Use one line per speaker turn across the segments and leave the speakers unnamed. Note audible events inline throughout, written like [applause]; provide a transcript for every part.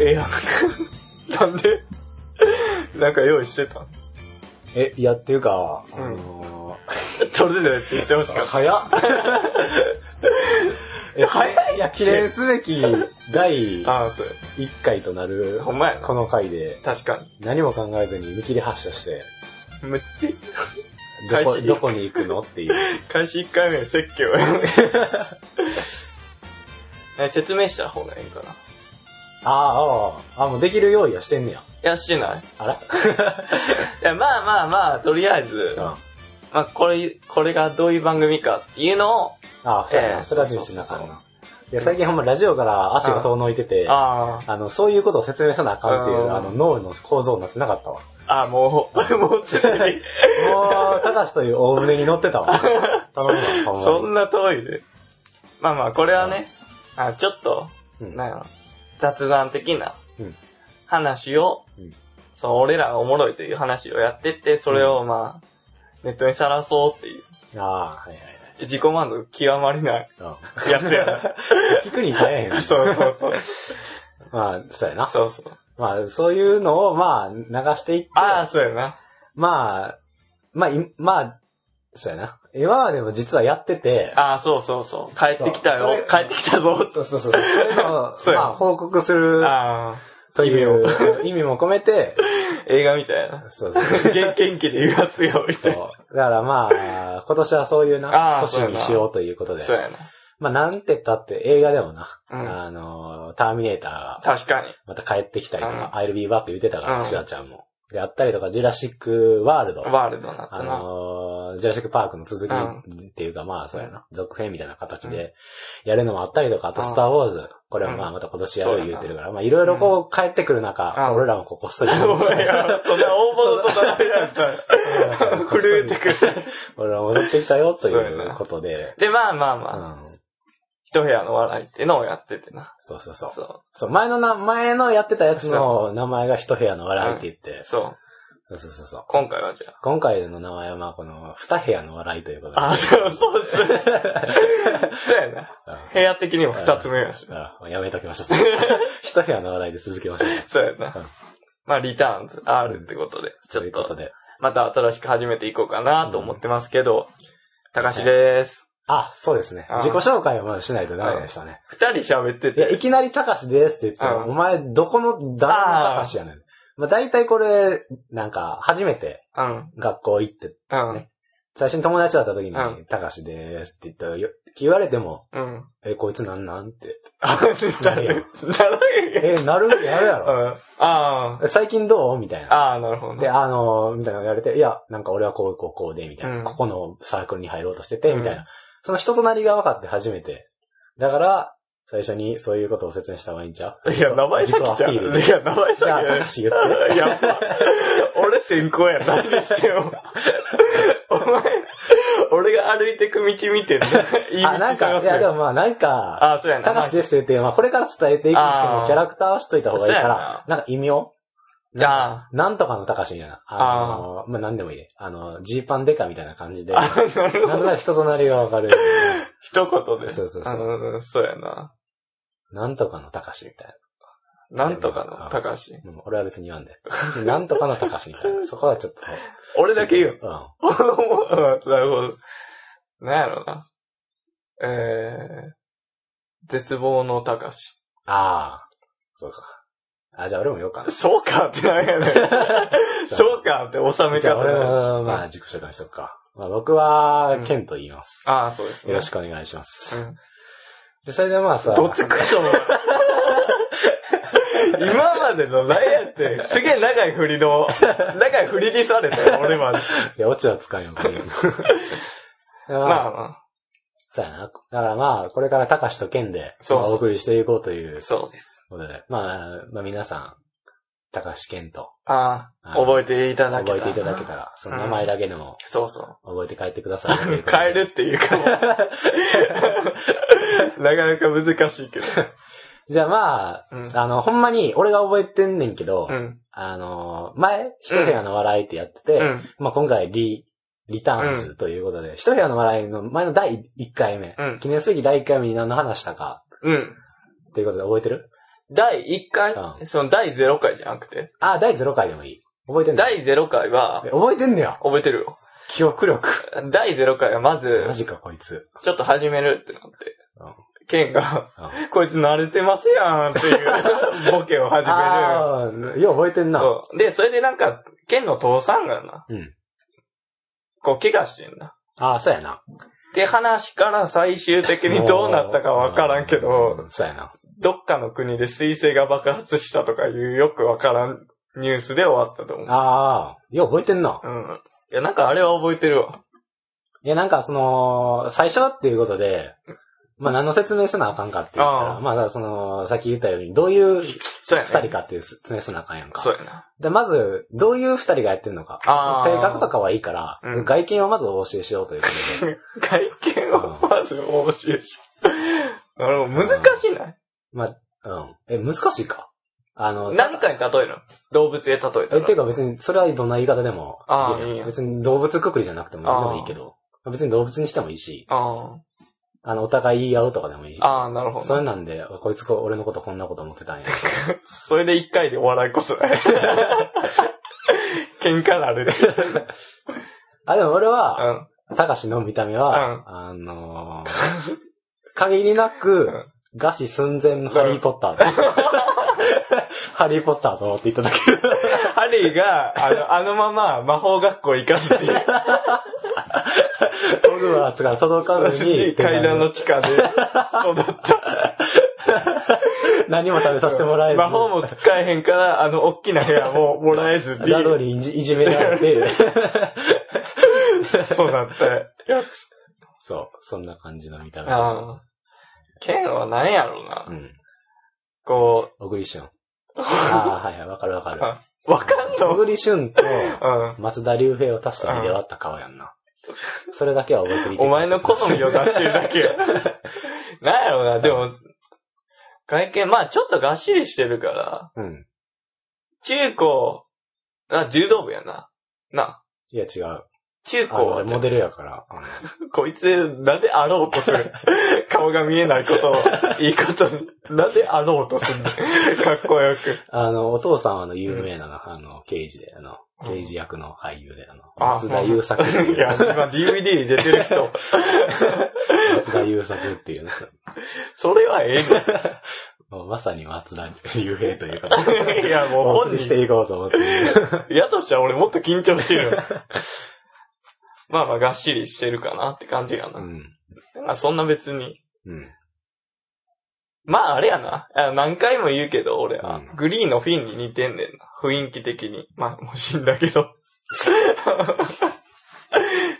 ええやんか。なんでなんか用意してた
え、いや、っていうか、あ
うん
の
それでって言ってほし
ー、
かっ
早
[laughs]
っえ
早いや
記念すべき第
た。ああ、そうや。
1回となる、
ほんまや
この回で、
確か
何も考えずに見切り発車して、
に。むっちゃ、
どこ
開始
どこに行くのっ
[laughs]
ていう。
開始1回目の説教や。え説明した方がいいかな。い
あーあー、あもうできる用意はしてんねや。
や、してない。
あら、
[laughs] いや、まあまあまあ、とりあえず、
うん、あ
まあ、これ、これがどういう番組かっていうのを、
あ、そうやな、
ええ
それは準備しなあかん
そうそう
な。いや、最近ほんまラジオから足が遠のいてて、あ
あ
の、そういうことを説明せなあかんっていうう、
ん
あの、脳の構造になってなかったわ。
あ、あもう、 [laughs] もうすでに、
もう、 [laughs] 高橋という大船に乗って
[laughs]
たわ。頼むわ、ほんまに
そんな遠いで。まあまあ、これはね、あちょっと、
うん
なんやろ、雑談的な
うん
話を、
うん
そう、俺らがおもろいという話をやってって、それをまあ、ネットにさらそうっていう、
ああ、はいはい
自己満足極まりない
はい
やつ
[laughs]
や
うん。聞くに耐えへん
な。。 [laughs] そうそうそう。
まあ、そうやな。
そうそう。
まあ、そういうのを、まあ、流していって、
ああ、そうやな。
まあ、まあ、いまあ、そうやな。今までも実はやってて、
ああ、そうそうそう。帰ってきた
そう
よ
それ。
帰ってきたぞ。
そうそうそう。そういうのを、
[laughs] そうや
まあ、報告する
あ
と [laughs] いう意味も込めて、
あ、映画みたい
[laughs]
な。
そうそう。
元元気で言わすよ、み
そ
た
う
いな。。
だからまあ、今年はそういう
あ
な、
ー
年
そうや
に
な
しようということで。
そうやな。
まあ、なんて言ったって映画でもな、
うん。
あの、ターミネーターが
確かに。
また帰ってきたりとか
う、
I'll be back 言ってたから、
うん
シュワちゃんも。で、あったりとか、ジュラシックワールド。
ワールドになった
あ
な。
のージュラシックパークの続きっていうか、まあ、そうやな。続編みたいな形でやるのもあったりとか、あと、
うん
スターウォーズ。これはま
う
あ、
ん
また今年やる言ってるから、まあ、いろいろこう帰ってくる中、
うん
俺らもこうこっそり。
[laughs] お前
[laughs]
や、そんな大物と並べられたら、震えてくる。
俺ら戻ってきたよ、とい
そうや
う
な
ことで。
で、まあまあ
う
まあ、
ん。
一部屋の笑いっていうのをやっててな。
そうそうそう。
そ
そう、前のな、前のやってたやつの名前が一部屋の笑いって言って
う。。そう。
そうそうそうそう。
今回はじゃあ。
今回の名前はまあこの二部屋の笑いということで。
あ、そう、そうです。
[laughs]
そうやな。
うん
部屋的にも二つ目やし。
うんやめときましょう。 [laughs] 一部屋の笑いで続けましょう。
そうや
うん
な。まあ、リターンズ R ってことで、ち
そ
ょ
う
っ
いうこと
と、
で。
また新しく始めていこうかなと思ってますけど、たかしです。
あ、そうですね
うん。
自己紹介をまずしないとダメでしたね。
二人喋って
いや、い
て、
きなりたかしですって言っても、
うん
お前どこの、誰のたかしやねん。まあ大体これ、なんか、初めて
うん、
学校行って、
うん、
最初に友達だった時
う
に、たかしですって言ったらよ、言われても、
うん。
え、こいつなんな
[laughs]
んって。
あ、なる。なる。
え、なる、やるや
う
ろ。
ん。あ
え最近どうみたいな
あ。。ああ、なるほどね。
で、あのーみたいなの言われて、いや、なんか俺はこう、こう、こうで、みたいな、
うん
ここのサークルに入ろうとしてて、
うん
みたいな。その人となりが分かって初めて。だから、最初にそういうことを説明した方がいいんちゃう
いや、名前先ちゃう。
自己アピール
いや、名前
じ
先
ゃあ、
や。
高橋言って。
やっぱ、俺先行や。何しても。お前、俺が歩いてく道見て、いい道
あ、なんか、
探
い
せよ
や、でもまあ、なんか、
あ、そうやな。
高橋ですって言って、まあ、これから伝えていくにして
あ
も、
ー
キャラクターは知っといた方がいいか
そうや
ら、なんか異名
あ
なんとかの高橋みたいな。あのーまあ、なんでもいいね。あの、ジーパンデカみたいな感じで、なん
あ、なるほ
と
ど。
なく人となりが分かる。
一言で。
そうそうそ
うん、そうやな。
なんとかの高橋みたいな。
なんとかの、高橋。
うん俺は別に言わんで。なんとかの高しみたいな。そこはちょっと。
俺だけ言う。
う。
うん
ん。
なるほど。なんやろな。えー、絶望の高橋。
ああ。そうか。あ、じゃあ俺も言おうか
そうかってなんやねん。 [laughs] そうかって収め
な。じゃあ
方
俺
ね。
も、まあ自己紹介しとくか。まあ僕は
うん、
ケンと言います。
ああ、そうですね。
よろしくお願いします。
うん
で、それでまあさ、
どつくと思う。 [laughs] 今までの何やって、すげえ長い振りの、長い振りにされたよ、俺まで。
いや、オチはつかんよ、これ
[laughs] ま
まあ、
あま
そうやな。だからまあ、これから高しとケンで、
そうそう
まあお送りしていこうという
あ、そうです。
ことで。まあ、まあ皆さん、高しケンと
ああ、
はい
覚えていただけた
覚
ら
えていただけたら、その名前だけでも
そうそう。
覚えて帰ってくださいということ
[laughs]
で。
変えるっていうかも [laughs] うなかなか難しいけど。
じゃあまあ、
うん
あの、ほんまに俺が覚えてんねんけど、
うん。
あの、前、一部屋の笑いってやってて、
うん。
まあ今回リ、リターンズということで、一部屋の笑いの前の第1回目、
うん
記念すべき第1回目に何の話したか
うん。
っていうことで覚えてる
第1回、
う
その第0回じゃなくて、
あ、第0回でもいい。覚えてんの
第0回は、
覚えてんのよ。
覚えてるよ。
記憶力。
第0回はまず
マ、ジか、こいつ。
ちょっと始めるってなって
うん。
ケンが、
うん
こいつ慣れてますやんって
[laughs]
いうボケを始める。
ああ、よう覚えてんな。
そう。で、それでなんか、ケンの父さんがな、
うん
こう怪我してんな。
ああ、そうやな。
って話から最終的にどうなったかわからんけ
う
ど、
ん。そうやな。
どっかの国で水星が爆発したとかいうよくわからんニュースで終わったと思う。
ああ、よう覚えてんな。
うん。いや、なんかあれは覚えてるわ。
いや、なんかその、最初っていうことで、まあ何の説明せなあかんかって言った
あ
ら、
あ
まあだからその、さっき言ったように、どういう
そうや
二人
ね。
かっていう説明せなあかんやんか。
そうやな。
で、まず、どういう二人がやってんのか。
あー
性格とかはいいから、
うん
外見をまずお教えしようというこ
外見をまず応酬し。あの、難しいない
とで。うん。え、難しいかあの、
何かに例えるの動物へ例えた
え、てい
ら。
うか別に、それはどんな言い方でも
あー
いいよ
いいよ
別に動物くくりじゃなくても何でもいいけど、別に動物にしてもいいし、
あ
あの、お互い言い合うとかでもいいし
あ。、ああ、なるほ
そ
ど
れ
ね。
なんで、こいつこ俺のことこんなこと思ってたんや。
それで一回でお笑いこ
[laughs]
そない。喧嘩なる。
あ、でも俺
う
は、
ん。
たかしの見た目は、あのー限りな
う
く
ん、
餓死寸前のハリーポッ
[laughs]
ターだ。ハリーポッターと思っていただける。
ハリーが、あの、あのまま魔法学校行かずに、
ホグワーツが届かずに、
階段の地下で育った。
何も食べさせてもらえず、
魔法も使えへんから、あの、大きな部屋ももらえずに、
なのにいじいじめられて、
そうだったやつ。
[laughs] そう、そんな感じの見た目です。
ああ。ケンは何やろうな
う。ん。
こ
小栗
[laughs]
旬。ああ、はいはい、わかるわかる。
う、わかん
小
の
栗旬と
う
松田龍平を足したに出会った顔やんな。それだけは覚えてる
ん。お前の好みを出してるだけや。何やろう [laughs] な、でも、外見、まあちょっとがっしりしてるから、
うん。
中高、あ、柔道部やな。な、
いや違う。
中
あの
高
俺
は、
モデルやから。あの
こいつ、なんであろうとす [laughs] る顔が見えないことを、いいことに、なんであろうとす [laughs] るのかっこよく。
あの、お父さんはあの、有名なの、あの、刑事で、あの、刑事役の俳優で、あの、
あ
松田優作 [laughs] ってい
いうや、今 DVD に出てる人、
松田優作っていうね、
それはえ
もうまさに松田優平というか、
え [laughs] ねいや、もう
本
本
にして
人、
いこうと思ってる。
やとしたら俺もっと緊張して [laughs] るよ。まあまあ、がっしりしてるかなって感じが
う
な。
ん。
まあ、そんな別に。
うん。
まあ、あれやな。あ何回も言うけど、俺、
うん
グリーンのフィンに似てんねんな。雰囲気的に。まあ、もう死んだけど。 [laughs]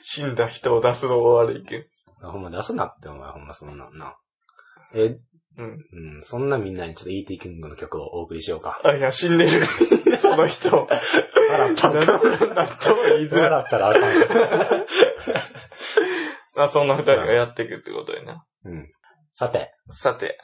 死んだ人を出すのも悪いけど。
ほんま出すなって、お前ほんまそんなんな。え、
うん。
うん、そんなみんなにちょっと E.T. キングの曲をお送りしようか。
あ、いや、死んで [laughs] る。その人。
笑ったらあかん。
なんとも言いづらい。
笑ったらあかん。
[laughs] まあ、そんな二人がやっていくってことやな。
うん。さて、
さて。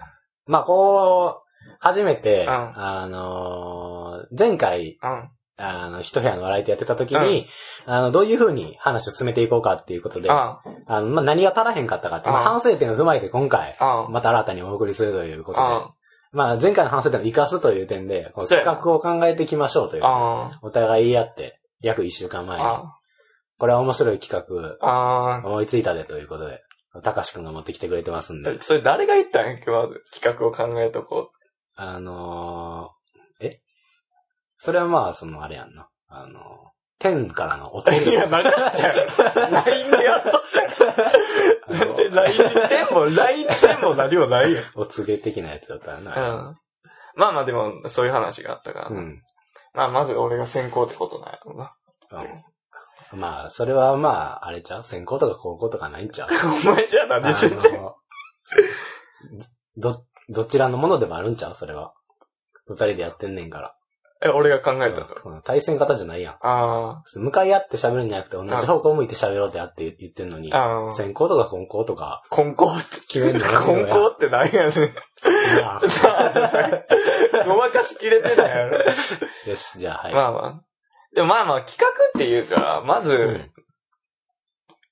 まあ、こう、初めて、
うん
あのー前回、
うん。
あの、一部屋の笑い手やってた時に、あの、どういう風に話を進めていこうかっていうことで、あ
あ
の、まあ、何が足らへんかったかって、まあ、
あ
反省点を踏まえて今回、
あ。
また新たにお送りするということで、
あ
まあ、前回の反省点を生かすという点で、こう
そうや
企
な
画を考えていきましょうとい
あ。
う。
あ
お互い言い合って、約一週間前に、
あ。
これは面白い企
あ
画、思いついたでということで、たかしくんが持ってきてくれてますん
あ
で。。
それ誰が言ったんやっけ、まず。企画を考えとこ
あのー、えそれはまあ、そのあれやんな。あのー、天からのお
う。
通
い [laughs]
り
や、
あ
何やったんやろ。LINE でやっとったよ。だ
の
って、LINE でも、LINE でも何もないよ。
お告げ的なやつだったら
うん。
な。
まあまあ、でも、そういう話があったから
うん。
な。まあ、まず俺が先行ってことなんやろうな。
うんまあ、それはまあ、あれちゃう専攻とか高校とかないん [laughs] ちゃう
お前じゃあ
あ
何
の
すんだよ。
ーど、どちらのものでもあるんちゃうそれは。二人でやってんねんから。
え、俺が考えたと。
うん対戦型じゃないやん。
あ
向かい合って喋るんじゃなくて、同じ方向向いて喋ろうってやって言ってんのに
あ。、ああ。
先行とか混行と [laughs] か、
混交って。
決めんのやめろ
混
や
交って何やね [laughs] ん。
なあ
ごまかしきれてないやろ。
よし、じゃあ、は
[laughs]
い。
まあまあ。でもまあまあ、企画っていうか、まず、
うん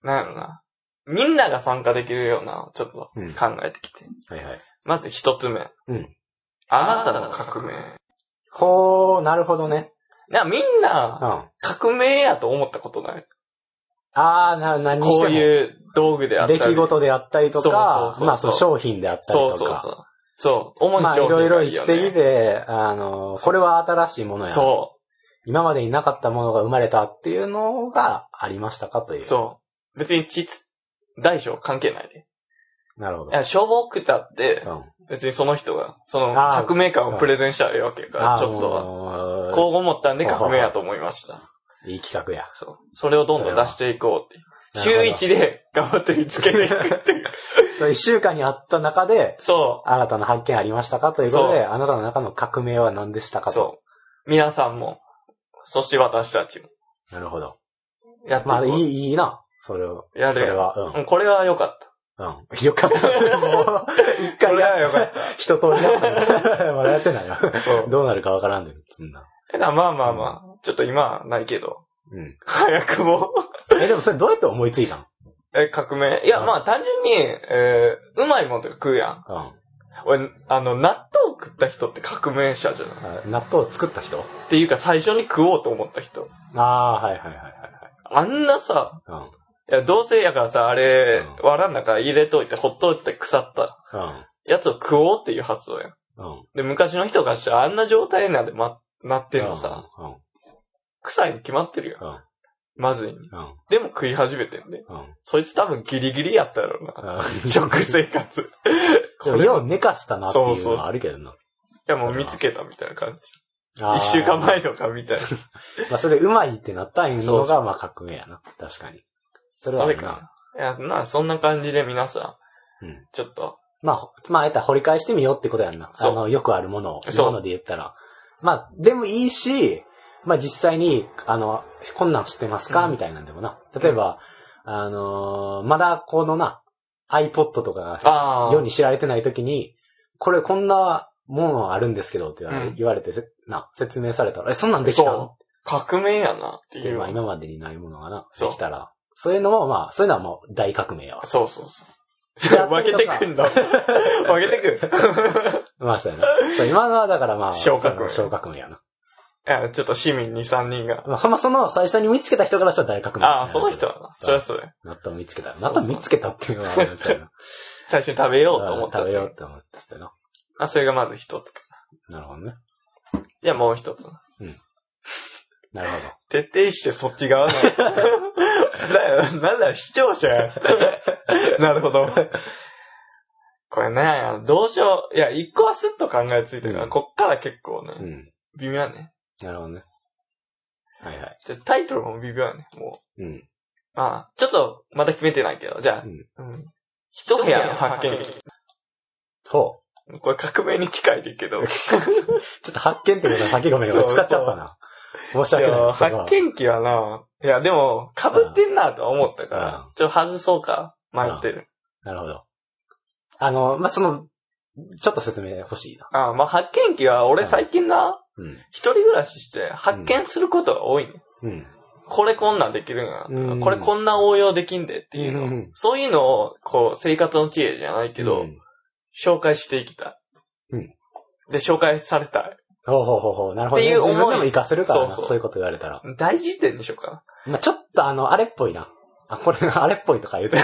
なんやろな。みんなが参加できるような、ちょっと
うん
考えてきて。
はいはい。
まず一つ目。
うん
あなたの革命。
ほー、なるほどね。
な、みん
う
な、
ん。
革命やと思ったことない
あー、な、何にしても。
こういう道具であった
出
り。
来事であったりと
そうそうそう
か、
そう
まあ、その商品であったりと
そう
か。
そうそう。そう、主に
まあ、い
商
ろい
品
ろ
がいい
生
よ
きてき
ね。
て、あの、これは新しいものや。
そ、
今までになかったものが生まれたっていうのがありましたかというう。
そう。別にちつ大小関係ないで。
なるほ
い
ど。
や消防区だって、
うん。
別にその人が、その
あー
革命感をプレゼンしたらいいわけやから、
あ
ちょっとは。
もう
こう思ったんで革命やと思いました。
いい企画や。
そう。それをどんどん出していこうって。週一で [laughs] 頑張って見つけていくって
[laughs]
いう。
そう一週間にあった中で、
そ
新たな発見ありましたかということ
そう
で、あなたの中の革命は何でした
う。
かと。
そう。皆さんも、そして私たちも、
なるほど。
やっていこ
まあ、
う。
いい、いいな。それを。
や
そ
る
れ
よ。
は、うん。
うんこれは良かっ
うん。よか [laughs] った。もう、一
た。
回や、
良かっ
一通りやった [laughs] のまだやってないよ。
た。そう。
[laughs] どうなるかわからんで、そんな。
だからまあまあまあ、ちょっと今はないけど、 [laughs]
うん。
早くも。 [laughs]
え、でもそれどうやって思いついたの
え、革命いや、
うん
まあ単純に、えーうまいもんとか食うやん。
うんあ
俺、あの、納豆食った人って革命者じゃない。
納豆を作った人
っていうか最初に食おうと思った人。
ああ、はいはいはい
あんなさ、
はい。
いや、どうせやからさ、あれ、
う
わらん中入れといて、ほっといて腐ったやつを食おうっていう発想やん。
うん。うん。うん。
で、昔の人がしたらあんな状態なんでま、なってんのさ、
うん。うん。
臭いに決まってるよ。
うん
まずいに。
うん。
でも食い始めてんで。
うん。
そいつ多分ギリギリやったやろな。
うん
食生活。こ
こ
れ
れ
を、い
を寝かせたなっていうのはあるけどな。
やもう見つけたみたいな感じ。
あー
一週間。前とかみたいな。
まあ、それうまいってなったん
そ
の
うそ
が、まあ、革命やな。確かに。それは
そ
あ
れ
るな
か。いや、な、そんな感じで皆さん、
うん
ちょっと、
まあ、ほまあ、えたら掘り返してみようってことやんな。あ
そう
の、よくあるものを、
そう
今ので言ったら。まあ、でもいいし、まあ実際に、あの、こんなん知ってますか、
うん
みたいなんでもな。例えば、あのーまだこのな、iPod とかが
ああ、
世に知られてない時に、これこんなものあるんですけどって言われ,、
うん
言われてせ、な、説明されたら、え、そんなんできたの
そ革命やなって
っ
い
て、
う。
まあ今までにないものがな、
そ
で
う
きたら。そういうのも、まあ、そういうのはもう大革命やわ。
そうそうそう。
やっ
負
て
け
み
て
ようか
くんだ。
[laughs]
負けてく
まあそうやな。そう今のはだからまあ、
小革命
小革命や
[laughs]
な。
る。いや、ちょっと市民2、3人が。
まあ、ほんまその最初に見つけた人からしたら大革命。
ああ、その人はな。そりゃそうだ。
納豆見つけた。
そう
納豆見つけたっていうのはあれですよね。
最初に食べようと思ったっ
食
て
べ
い
よう
う。
って思ったってな。
あ、それがまず一つか。
なるほどね。
いや、もう一つ。
なるほ
徹底してそっち側の。だよ、なんだ、視聴者や。なるほど。これね、どうしよう。いや、一個はスッと考えついてるから、
うん
こっから結構
ど。う
ね、
ん。
微妙やね。
なるほどね。はいはい。
じゃタイトルも微妙やね、もう。
うん。
ああ、ちょっと、まだ決めてないけど、じゃあ、うん一部屋の発見。
ほう。
これ革命に近いでけ
[laughs]
ど、
ちょっと発見ってことは先ごめん
そう
俺使っちゃったな。申し
い
訳ない
や。
それは
発見機はな、いや、でも、被ってんなとは思ったから
う、
ちょっと外そうか、迷ってる。
なるほど。あの、まあ、その、ちょっと説明欲しいな。
ああ、まあ、発見機は、俺最近な、
うん。
一人暮らしして発見することが多いね。
うん。
これこんなんできるんやなとか
うん
これこんな応用できんでっていうの。
うんうん
そういうのを、こう、生活の知恵じゃないけど、
うん
紹介していきたい。
うん
で、紹介された
ほうほうほうほう。なるほど、ね。
っていう思い
自分でも活かせるからな。
そ
そうう
そう
いうこと言われたら。
い。大事点にしようか
まあ、ちょっとあの、あれっぽいな。あ、これ、 [laughs] あれっぽいとか言うと、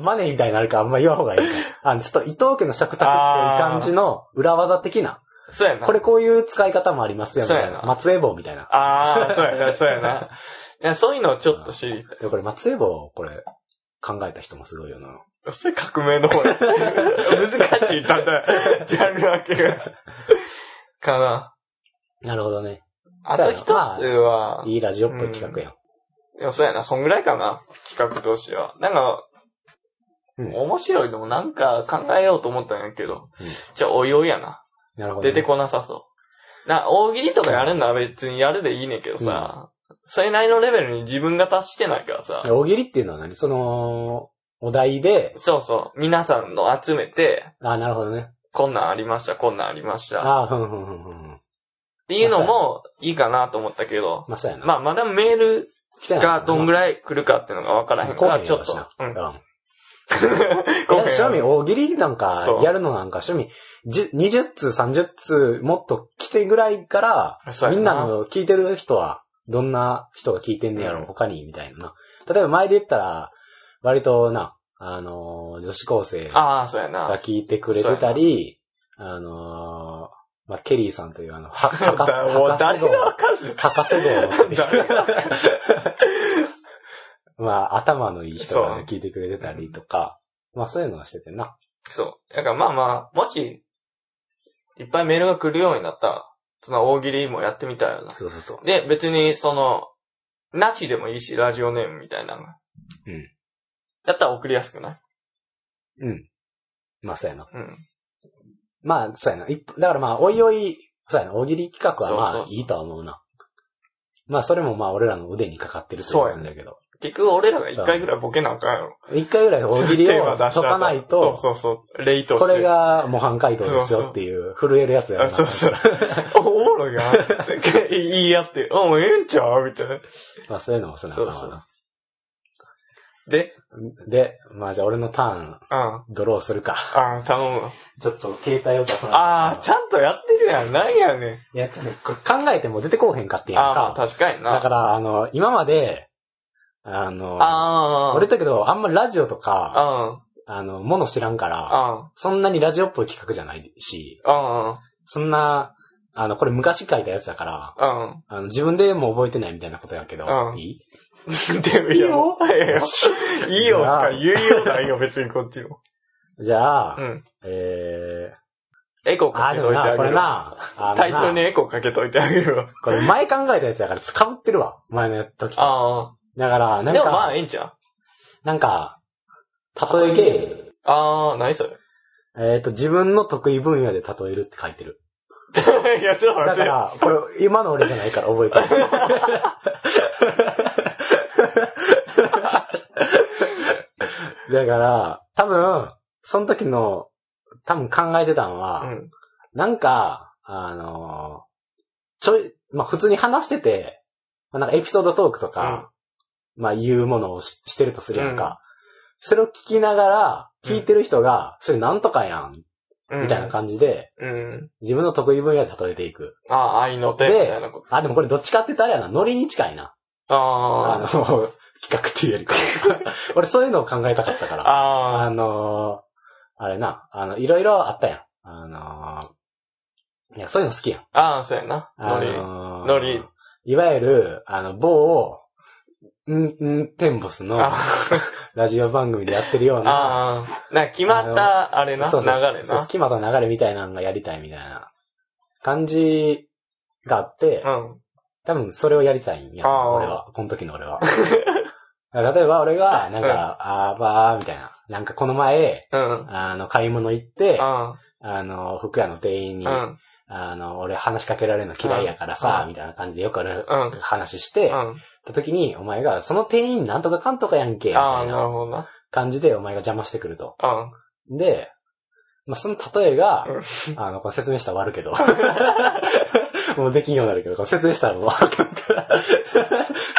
マネーみたいになるからあんま言わん方がいいか。あの、ちょっと伊藤家の食卓っていう感じの裏技的な。
な。そうやな。
これこういう使い方もありますよ、みた
そう
い
やな
な。松江棒みたいな。
ああ、そうやな、そうやな。いや、そういうのをちょっと知り
いやこれ松江棒、これ、考えた人もすごいよな。
たい。それ革命の方
[laughs]
だ難しい、ただ、ジャンル分けが。かな。
なるほどね。
あと一つは、
いいラジオっぽい企画やん。
いや、そうやな、そんぐらいかな。企画としては。なんか、
うん
面白いのもなんか考えようと思ったんやけど、
うん
じゃあおいおいやな。
なるほど、ね。
出てこなさそう。な、大喜利とかやるんなら別にやるでいいねんけどさ、それなりのレベルに自分が達してないからさ、
大喜利っていうのは何その、お題で、
そうそう、皆さんの集めて、
あ、なるほどね。
こんなんありました、こんなんありました。っ
あ、ふんふんふんふんふん。
ていうのもいいかなと思ったけど、
まあ、そうやな。
まあまだメール
来てない
がどんぐ
らい
らい来るかっていうのがわからへんから、ちょっと、
う
うん
ん。
[laughs] 今
え
回
趣味、大喜利なんか
そう
やるのなんか趣味、じゅ20通、30通、もっと来てぐらいから、
そうや
みんなの聞いてる人は、どんな人が聞いてんねやろ、
うん
他に、みたいなな。例えば前で言ったら、割とな、あのー女子高生が
ああ、そうやな。
聞いてくれてたり、あのーまあ、ケリーさんというあの、は博士
だ [laughs] もう誰
博士
が
号
わかる
博士号の人
誰 [laughs] が
まあ、頭のいい人がね
そ
聞いてくれてたりとか、まあそういうのはしててんな。
そう。だからまあまあ、もし、いっぱいメールが来るようになったら、その大喜利もやってみたいよな。
そうそうそう。
で、別に、その、なしでもいいし、ラジオネームみたいなのが。
うん。
だったら送りやすくない
まあそうやな。
うん。
まあそうやな。いっだからまあ、おいおい、そうやな、大喜利企画は
そう
まあ
そうそう
いいとは思うな。まあそれもまあ俺らの腕にかかってると思うんだけど。
結局、俺らが一回ぐらいボケなんかんやろ。
一回ぐらい大喜利
テーマ
を
出
解
した後
かない
そう
と、
そうそう。レイト
これが模範解答ですよっていう震えるやつや
あ
な。
そう
[laughs]
そう。おおもろいやん。言い合って、あ、もうええんちゃうみたいな。
まあそういうのもそうなの
そ
か
う
な。
で、
で、まあじゃあ俺のターン、
うん。
ドローするか。
あ頼むわ。
ちょっと携帯を出さないと
ああ、ちゃんとやってるやん。なんやね
いや、ちょっとね、これ考えても出てこうへんかって
ん。
やん
ああ、まあ
か。
確かに
だ
な。
から、あの、今まで、あの、
ああ、
俺だけど、あんまラジオと
う
か、
ん、うん、
あの、もの知らんから、
あ
そんなにラジオっぽい企画じゃないし、
あ、
そんな、あの、これ昔書いたやつだから、
うん、うん。
あの自分でも覚えてないみたいなことやけど、
うん
いい
でもいいよ。いやいやいいよしか言いようないよ、別にこっちも。
じゃあ、
うん。
え
エコー
ー、あ
か
ー、
け
で
と
も
いてあ
な、こ
げ
れ
るわ。
な、あのな
タイトルにエコーかけといてあげるわ。
これ前考えたやつだから、ちょっと被ってるわ、前の時と。
あ
だから、
あ。
なん
でもまあ、
か、
ええんちゃう
なんか、例え芸人
ああ、何それ。
えっ、と、自分の得意分野で例えるって書いてる。
[laughs] いや、ちょっと
だ
待っ
か
て。
ら、これ、今の俺じゃないから覚えて
[laughs]
る。だから、多分、その時の、多分考えてたのは、
うん。
なんか、あのーちょい、まあ普通に話してて、まあ、なんかエピソードトークとか、まあ言うものをししてるとするやんか。それを聞きながら、聞いてる人が、それなんとかやん、
うん。
みたいな感じで、
うん。
自分の得意分野で例えていく。
ああ、愛の手みたいなこと。
あ、でもこれどっちかって言ったらあれやな、ノリに近いな。あの、
あ
企画っていう
[laughs]
よりか。俺そういうのを考えたかったか
あ。
ら。
ああ。
あのーあれな、あの、いろいろあったやん。あのーいや、そういうの好きやん。
ああ、そうやな。
あ
ノリ。
のー
ノリ。
いわゆる、あの、某、ん、ん、テンボスの
あ
ラジオ番組でやってるような、
ああ。なんか決まった、あれな、
そうそう
流れ
そう
な。
隙間と流れみたいなのがやりたいみたいな感じがあって、
うん。
多分それをやりたいんや。
あー
俺は。この時の俺は。例えば俺が、なんか、あーばーみたいな。なんかこの前、
うん。
あの、買い物行って、あ
あ
の、服屋の店員に、
あ。うん。
あの、俺話しかけられるの嫌いやからさ、
うん
みたいな感じでよくある
うん。
話して、
うん。
た時に、お前が、その店員なんとかかんとかやんけ、み
あ
た
あ、
い
なる
な
ほどな。
感じでお前が邪魔してくると。
うん。
で、まあ、その例えが
うん、
あの、これ説明したら悪けど。 [laughs] もうできんようになるけど、これ説明したらもう悪けど、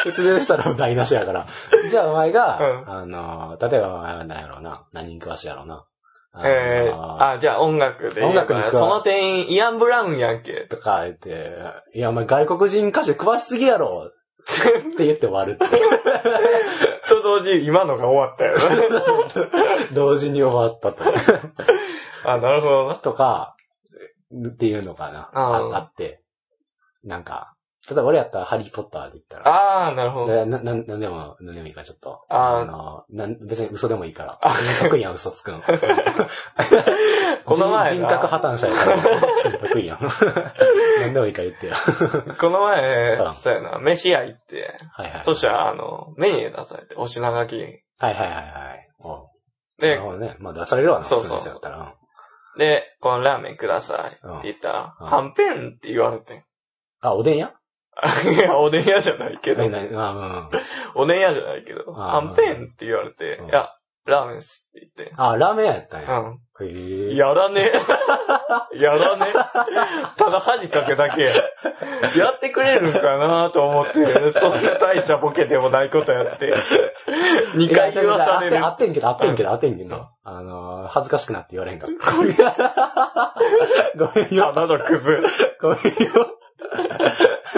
説明したらもう台無しやから。じゃあお前が、
うん
あの、例えばお前は何やろうな、何人食わしやろうな。あの
えー、あ、じゃあ音楽で言えば。
音楽に行くわ
その店員、イアン・ブラウンやんけ。
とか言って、いやお前外国人歌手食わしすぎやろって言って終わるっていう
と同時に今のが終わったよね。
[laughs] 同時に終わったと。
あ、なるほどな。
とか、っていうのかな。
うん
ああって。なんか、例えば俺やったらハリーポッターで言ったら。
ああ、なるほど。
でな、な、なんでも、なんでもいいから、ちょっと。
あー
の、なん、別に嘘でもいいから。
あ
得意やん、嘘
[laughs]
つくの。
この前
人
な
人格破綻したりとか得意やん。 [laughs] なんでもいいから言ってよ。
この
う
前、
ん
そうやな、飯屋行って、
はいはい。
そしたら、あの、メニュー出されて、お品書き。
はいはいはいはい。おうな
で
る、ほどね。まあ出されるわな、
そう
普
そ
通
う
の人やったら。うん
で、このラーメンくださいって言ったら、
うん
はんぺんって言われてん。 [laughs]
あ、おでんや
いや、おでん屋じゃないけ
え、
ど
な、、あ、うん。
おでん屋じゃないけど、
あ
は
ー
んぺんって言われて
う、ん
いや、ラーメンっすって言って。
あ、ラーメン屋やったんや。
う
へえ
ん。。やらねえ。 [laughs] やらね。ただ恥かくだけや。やってくれるんかなと思って、そんな大したボケでもないことやって。2回言わされ
い
る
や違う違う。あってんけど、あってんけど、あってんけど。あのー、恥ずかしくなって言われへんかった。ごめんごめんよ。
花のクズ。
ごめんよ。 [laughs]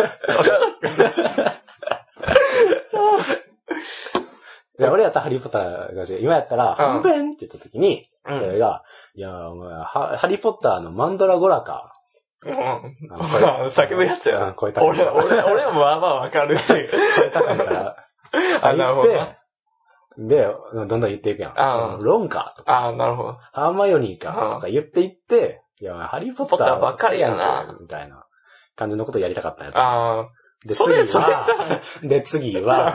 いや俺やったらハリーポッターが違う今やったら、
うん
本編って言った時に、
う
俺
ん。
が、いや、お前、ハハリーポッターのマンドラゴ
[laughs]
ラか。
うん
あの
まあ叫ぶやつや
うん
な。
超えたくない
俺、俺、俺もまあまあわかるし。
超えたかいから。
あ、なるほどな。
言ってで、どんどん言っていくや
あ
ん。ロンかとか、
[laughs] あなるほど。
ハーマイオニーかとか言っていって、いや、ハリーポッタ
ポッタ
ー
ーばっかりやな
ばっかりやんけみたいな感じのことやりたかったんやと。
ああ、
で、
そ
次
れ、それ
は、
さ、
で、次は、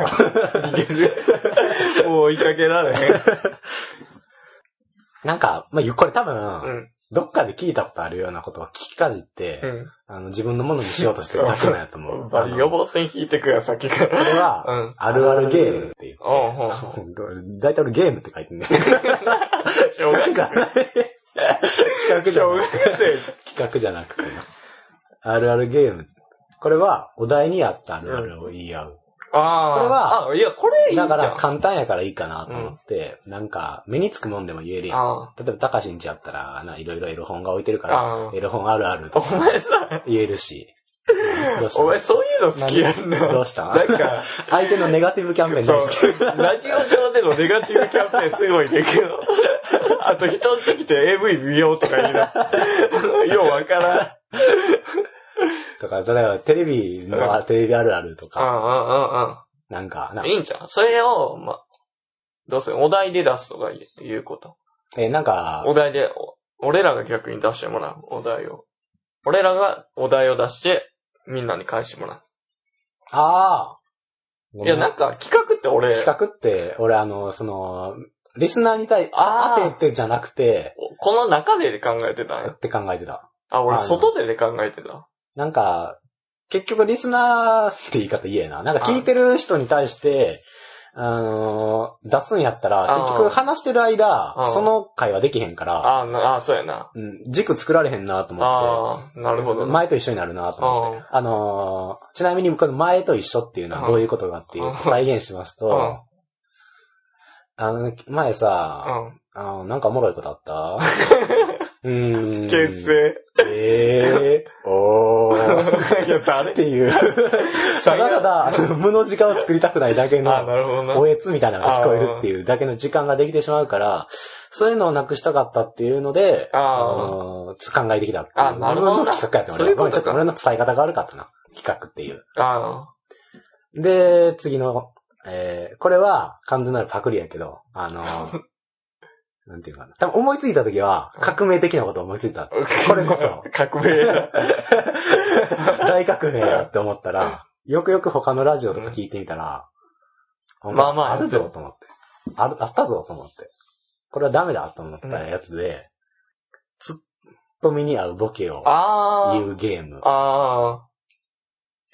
[laughs] もう追いかけられへん。
なんか、まあ、これ多
う
分、
ん。
どっかで聞いたことあるようなことを聞きかじって、
うん。
あの、自分のものにしようとしてるだけなんやと思う。
バリ予
こ
防線引いてくや、先か
れ
ら。
は、
うん。
あるあるゲームっていう。
おうおう
大体俺ゲームって書いてんね。
小学
じゃ
生。
ない。企画じゃ
小
な
学
い。
生。
企画じゃなくて。あるあるゲーム。これは、お題にあったあるあるを言い合う。
ああ。
これは
あ、いや、これいいんじゃ
だ
ん。
から、簡単やからいいかなと思って、なんか、目につくもんでも言えるやん。
あ
例えば、高しんちやったら、な、いろいろエロ本が置いてる
あ。
から、
ああ。
エロ本あるあると
お
か
前さ、
言えるし。どうした
お前そういうの好きやんな。
ど
な
うした
ん
[laughs]
か、
相手のネガティブキャンペーン
そ
大好き。
う、ラジオ上でのネガティブキャンペーンすごいねんけど、あと人んち来て AV 見ようとか言いな。 [laughs] ようわからん。
とか、例えば、テレビの、テレビあるあると
う
か、
んうんうんうん。
なんか、ない
いんじゃん。それを、まあ、どうするお題で出すとかいういうこと。
え、なんか、
お題で、お俺らが逆に出してもらう。お題を。俺らがお題を出して、みんなに返してもら
ああ。ご
う。い
め
や、なんか企画って俺、
企画って、俺あの、その、リスナーに対、あ
あー
当ててじゃなくて、
おこの中で考えてたんや。
って考えてた。
あ、俺
あの
外でで考えてた。
なんか、結局リスナーって言い方言えな。なんか聞いてる人に対して、あのー、出すんやったら、
あー
結局話してる間
あ、ー
その会話できへんから、
あなあ、そうやな。
うん、軸作られへんなと思っ
ああ、なるほ
て、
どな。
前と一緒になるなと思って。あのー、ちなみにこの前と一緒っていうのはどういうことかっていうと再現しますと、あの、前さ、
うん。
あーなんかおもろいことあった
[laughs]
うーん。
結。成。
え
[laughs]
ー、おー。
いや、誰
っていう、ただ
[laughs]
ただ、あの無の時間を作りたくないだけ
あ
の、
なるほどな。
おえつみたいなのが聞こえるっていうだけの時間ができてしまうから、そういうのをなくしたかったっていうので、
あー
のー考えてきたっていう。
あなるほどな
俺の企画やって
そういうことか
俺ごめんちょっと俺の伝え方が悪かったな。企画っていう。
あ
で、次の、えー、これは完全なるパクリやけど、あの
[laughs]
ー、なんていうかな。多分思いついた時は、革命的なことを思いついた。
あ。
これこそ。
[laughs] 革命だ。
[laughs] 大革命やって思ったら、よくよく他のラジオとか聞いてみたら、
んまあまあ
あるぞと思って。ある、あったぞと思って。これはダメだと思ったやつで、ツッコミに合うボケを
ああ
言。うゲームっ
あ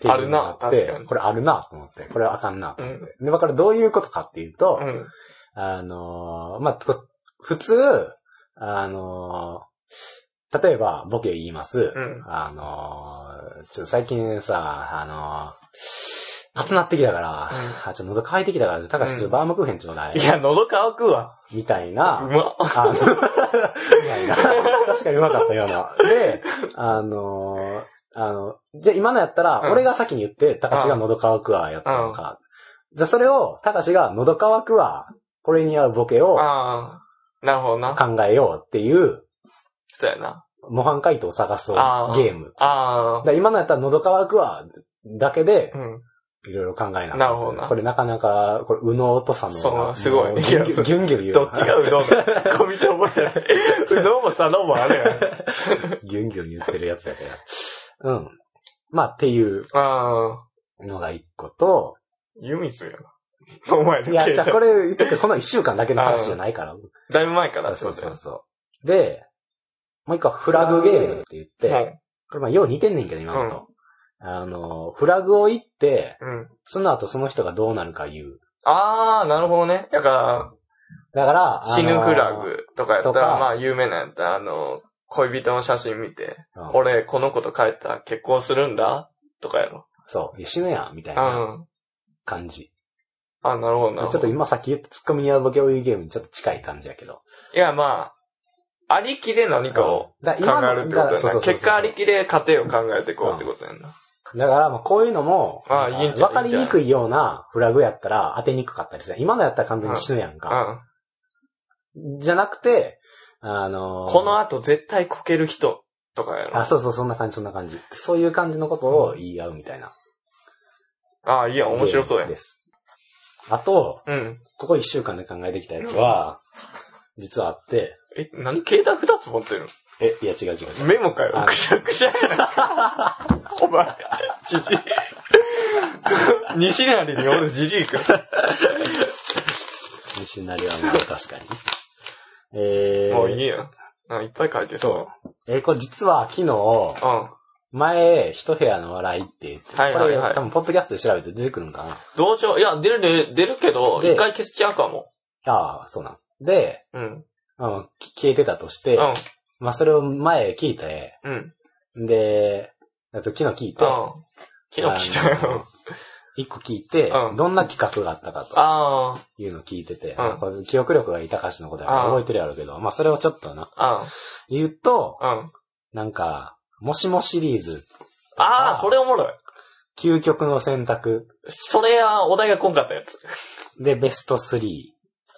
ていうのがあ
あ
っ
るな確
て
かに、
これあるなと思って、これはあかんな
あ。う
と思っ
ん。
て。で、これどういうことかっていうと
う、ん。
あのーまあ、と普通、あのー例えば、ボケ言います。
うん
あのーちょっと最近さ、あのー暑なってきたから、あちょっと喉乾いてきたから、たかしちょっとバームクーヘンちょうだい。
いや、喉乾くわ。
みたいう
[laughs]
な、
ま。
あの、みたいな。確かにうまかったような。で、あのーあの、じゃあ今のやったら、
うん
俺が先に言って、たかしが喉乾くわ、やったのか。じゃあそれを、たかしが喉乾くわ、これに合うボケを、
ああ。なるほどな。
考えようっていう
そうやな。
模範解答を探そう
あー
ゲーム。
あ
だから今のやったら喉乾くわだけで
あ。うん。
いろいろ考えな
なるほどな
これなかなか、これ、右脳と左
そう
脳が。
すごい
もうギュン
いや
ギュ
そ
ン
う
ギュンギュン言う
どっちがうどんだツッコミと思えない。うどんもさ、どんもあれやん。
ギュンギュン言ってるやつやから。うん。まあ、っていう
ああ。
のが一個と、
湯水やな。お前の
い
[laughs]
や、じゃあ
携
こ
帯。
れ、てかこの一週間だけの話じゃない
[laughs]
から。
だいぶ前から。
そうそうそう。で、もう一個はフラグゲームって言って、
はい。
これまあ、よう似てんねんけど、今のと。あの、フラグを言って、
うん。
その後その人がどうなるか言う。
ああ、なるほどね。だか
だから、あ
ら、
の
死ぬフラグとかやった、
とから
まあ、有名なやったら、あの、恋人の写真見て、
うん
俺、この子と帰ったら結婚するんだとかやろ。
そう。いや、死ぬやん、みたい
うん
な。感じ。
あ、なるほど、
ち
なる
ょっ
ほ
と
ど。
今さっき言ったツッコミやボケを言うゲームにちょっと近い感じやけど。
いや、まあ、ありきで何かを
だ
考えるってことやな。結果ありきで家庭を考えていこうってことやな。
だから、まあこういうのも、
ああ
なん
いいんちゃう
わかりにくいようなフラグやったら当てにくかったりする。今のやったら完全に死ぬやんか。
うん。
じゃなくて、あのー
この後絶対こける人とかやろ。
あ、そうそう、そんな感じ、そんな感じ。そういう感じのことを言い合うみたいな。
あ、いや、面白そうや
で。す。あと、
うん。
ここ一週間で考えてきたやつは、実はあって、
え、何携帯二つ持ってる
え、いや違う違う違う。
メモかよ
あ。
くしゃくしゃや
[laughs]
な。お前、じじい。 [laughs] 西成におるじじいくん。
西成はもう確かに。えー、
もういいよ。なんかいっぱい書いて
そ。
そう
えーこれ実は昨日、
う。うん。
前、一部屋の笑いって言って、
はいはいはい
これ多分、ポッドキャストで調べて出てくるんか
どうしよう。いや、出る、出る、出るけど、一
で
回消しちゃうかも。
な。ああ、そうなん。で、
うん。
あの、き消えてたとして、
うん。
まあ、それを前聞いて、
うん。うん。
で、あと昨日聞いて、
昨日聞いた
あの
よ。。
一個聞いて、
うん
どんな企画があったかと
あ
いうのを聞いてて、
ん
まあこれ記憶力がいい高しのことやから
うん
覚えてるやろうけど、まあ、それをちょっとな、
あ、
言うと、
うん。うん。
なんか、もしもシリーズ、
ああ、それおもろい。
究極の選択
それは、お題が今回のやつ。
でベスト3、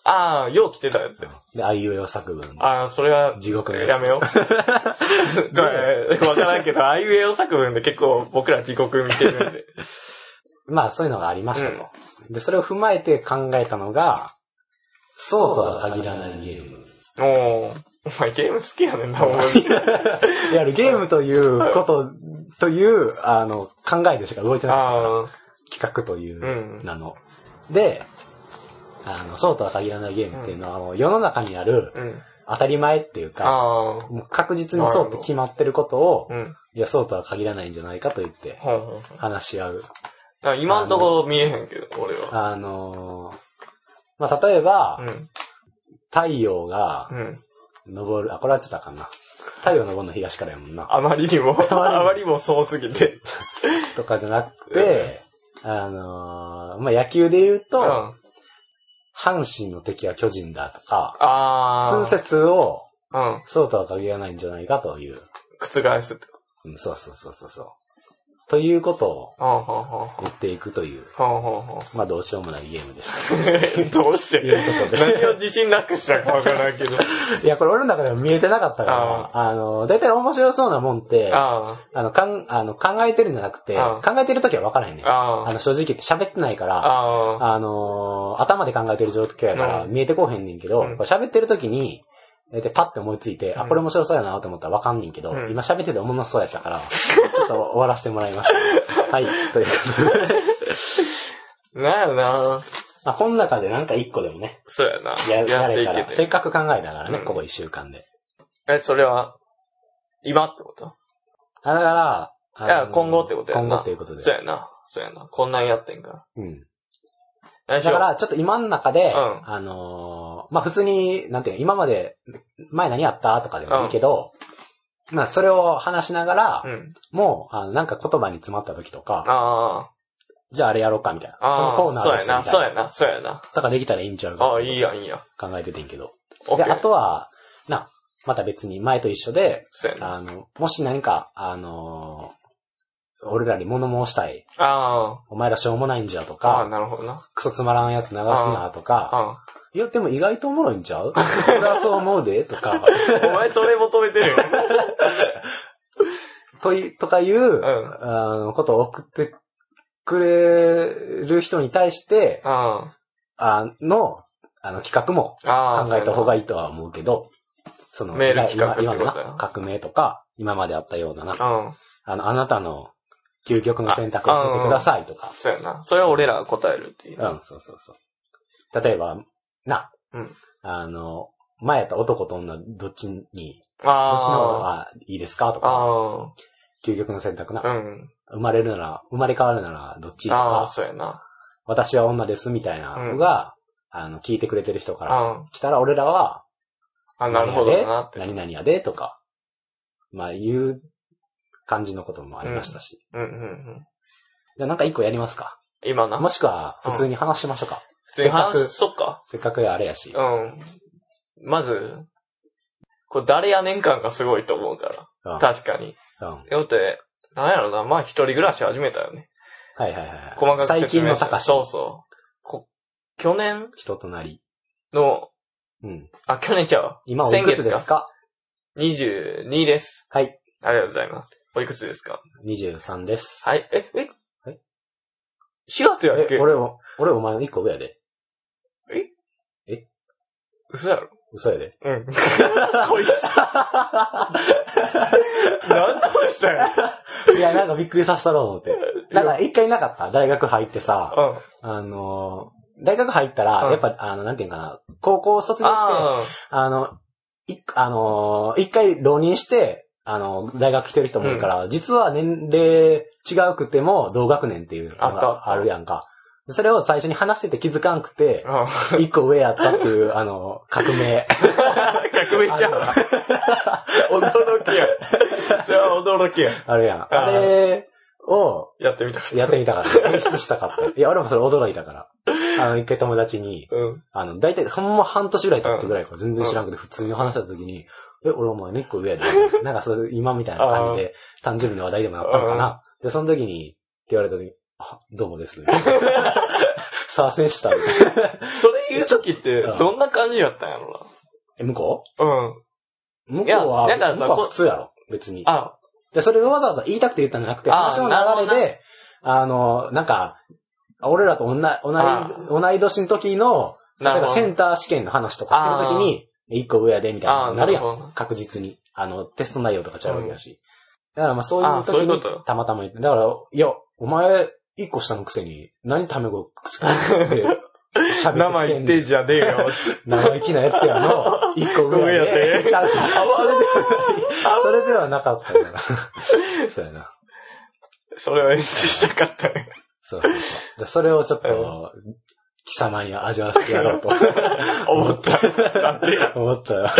ああ、よう来てたやつ。
で、あいうえお作文、
ああ、それは、
地獄です
やめよう。 [laughs] ごめんわからんけど、ああいうえお作文で結構僕ら地獄見てるんで。
まあそういうのがありましたと。で、それを踏まえて考えたのが、そうとは限らないゲーム。
[laughs] おおお前ゲーム好きやねんな、お前。
いや、ゲームということ、という、あの、考えでしか動いてな
[laughs]
い
ああ、。
企画といううんなの。で、あの、そうとは限らないゲームっていうのは、あの世の中にある
うん。
当たり前っていうか、
ああ、
もう確実にそうって決まってることを
う、ん。
いや、そうとは限らないんじゃないかと言って
ほんほんほん
話し合う。
あ今のところ見えへんけど、俺は。
あのーまあ、例えば、
うん。
太陽が
うん。
昇る、あ、これはちょっとあかんな。太陽昇るの東からやもんな。
あまりにも、
まりにも
[laughs] あまりにもそうすぎて。
とかじゃなくて、あのーまあ、野球で言う
う
と、
ん。あ
阪神の敵は巨人だとか、
あ。
通説を、
うん。
そうとは限らないんじゃないかという、
覆すってこ
うん、そうそうそうそうそう。ということを
と。ほんほんほん
言っていくという、
ほん。ほんほんほん。
まあ、どうしようもないゲームでし
どうして
いうことで
何を自信なくしたかわから
[laughs]
んけど。
[laughs] た。いや、これ俺の中でも見えてなかったから
あ、
あのー、だいたい面白そうなもんって、あ
あ
の、かん、あの、考えてるんじゃなくて、
あ
考えてるときは分からへんね
あ、
ん。あ
ああ、
の、正直言って喋ってないから、
ああ、
あのー頭で考えてる状況やから
う
見えてこうへんねんけど、
うん
これ喋ってる時に、えで、パッて思いついて、あ、
うん
これ面白そうやなと思ったらわかんねんけど、
うん
今喋ってておもんなそうやったから、ちょっと終わらせてもら
[laughs]
いました。はい、ということで。
なんやろな。
まあ、この中でなんか一個でもね、
そうやな。
やや
って
れ
い
た
け
ら、せ
て。
っかく考えたからね、
うん
ここ一週間で。
え、それは、今ってこと
あだから、あのー
いや今後ってことやな
今後っていうことで。
そうやな。そうやな。こんなんやってんか
うん。
ら。何
だか
しよ
ら、ちょっと今の中で、
うん
あのーまあ、普通に、なんていうの今まで、前何やったとかでもいいけど、まあ、それを話しながら、
う。うん。
もう、あの、なんか言葉に詰まった時とか、
あ
じゃああれやろうか、みたいな。
あ、ああ、
このコーナー
そう
です
や
みたい
な。そ
な。
うやな。そうやな。
とかできたらいいんちゃうか。
ああ、いいやん、いいやん。
考えててんけど。
オッ
で、
ケ
あ
ー。
とは、な、また別に前と一緒で、
そうやな。
あの、もし何か、あのー俺らに物申したい。
あ
お前らしょうもないんじゃと
あ、ああ、
か、
なるほどな。
クソつまらんやつ流すなとか、
あ
いや、でも意外とおもろいんちゃう俺はそう思うで、と
[laughs]
か、
あ。お前それ求めて
[laughs]
るよ。
とい、とかいう、
ん
あの、ことを送ってくれる人に対して、
あ
あの、あの、企画も
あ、ああ。
考えた方が
いい。
いいとは思うけど、その、
メール
今
企画
今
ってこと
今
や
のな革命とか、今まであったような
う
な、
ん。
あの、あなたの究極の選択を教えてくださいとか、
そうやな。それを俺らが答えるっていう。
うん、そうそうそう。例えば、な、
うん
あの、前やった男と女、どっちに、どっちの方
あ
がいいですかと
あ。
か、
あ
究極の選択な
あ。う。ん。
生まれるなら、生まれ変わるならどっちと
ああ、
か、
そうやな。
私は女ですみたいなのが、あの、聞いてくれてる人から
あ
来たら、俺らは、
あ、なるほど
何々
なって。
何々やでとか、まあ、いう感じのこともありましたし。
うんうんうん。
じゃあなんか一個やりますか
今な。
もしくは、普通に話しましょうか。
普通に
せっ
話
かく
す、そっか。
せっかくあれやし。
うん。まず、これ誰やねん感がすごいと思うから。
うん。
確かに。
うん。はい
よって、なんやろな、まあ一人暮らし始めたよね。
はいはいはい。
細かく
最
説
近
明
の
し
高し。
そうそう。こ去年
人となり。
の、
うん。
あ、去年ちゃうわ。
今おいくつ
先
です
月
か
22です。
はい。
ありがとうございます。おいくつですか
?23 です。
はい。え、え、
え
?4 月やっけ
え、俺も、俺お前の一個上やで。
嘘やろ
嘘や
[laughs]
で。
うん。こ
[laughs]
いつ、なんだこいつだよ。
[laughs] いや、なんかびっくりさせたろう思って。なんか一回なかった大学入ってさ、
うん。
あのー大学入ったら、
うん
やっぱ、あの、なんていうんかな、高校卒業して、
あ
あの、い、あのー一回浪人して、あの、大学来てる人もいるから、実は年齢違うくても同学年っていうの
あった
があるやんか。それを最初に話してて気づかんくて、
あ。うん。
一個上やったって
[laughs]
いう、あの、革命。 [laughs]
革命ちゃうわ。驚きや。それは驚きや。
あるやん。あれを、
やってみたかった。
やってみたから、演出したかった。いや、俺もそれ驚いたから。あの、一回友達に、
うん。
あの、大体、ほんま半年ぐらい経ってぐらいから全然知らんけど、普通に話した時に、え、俺お前2個上やで。なんか
[laughs]
それ、今みたいな感じで、誕生日の話題でもなったのかな。で、その時に、って言われた時に、あ、どう
[laughs]
もです。さあ、選手たみたいな。
それ言うときって、
うん
どんな感じやったんやろ
え、向こ
な。うん。
う向こうは、
いやだ
向
から
こ
さ
うは普通やろ。別に。
あ、
で、それをわざわざ言いたくて言ったんじゃなくて、
あー
話の流れで、あの、なんか、俺らと同
あ
じ、同い、同い年の時の、例
な
え
る
ば
ほ
セ
ど。
ンター試験の話とかしてる時に、一個上やで、みたい
あ
な、
あ、
なるやん。
ほど。
確実に。あの、テスト内容とかちゃうわけだし。だからまあそうい
あ
う
そうい
時
うこ
に
と、
たまたま言って。だから、いや、お前、一個下のくせに、何タメ語くつ
[laughs]
かって、喋っ
生
てきて
言
ん
っ
ね
て
ん
んじゃねえよ。
生意気なやつやの、一個上や
[laughs] 上やで
で。[laughs] ちゃうそれで
あ
は、それではなかったから。そうやな。
それを演出したかった。
そうそうそう。でそれをちょっと、貴様に味わわせてやろうと。
[laughs] 思
[laughs]
った。なんでや。
思ったよ。は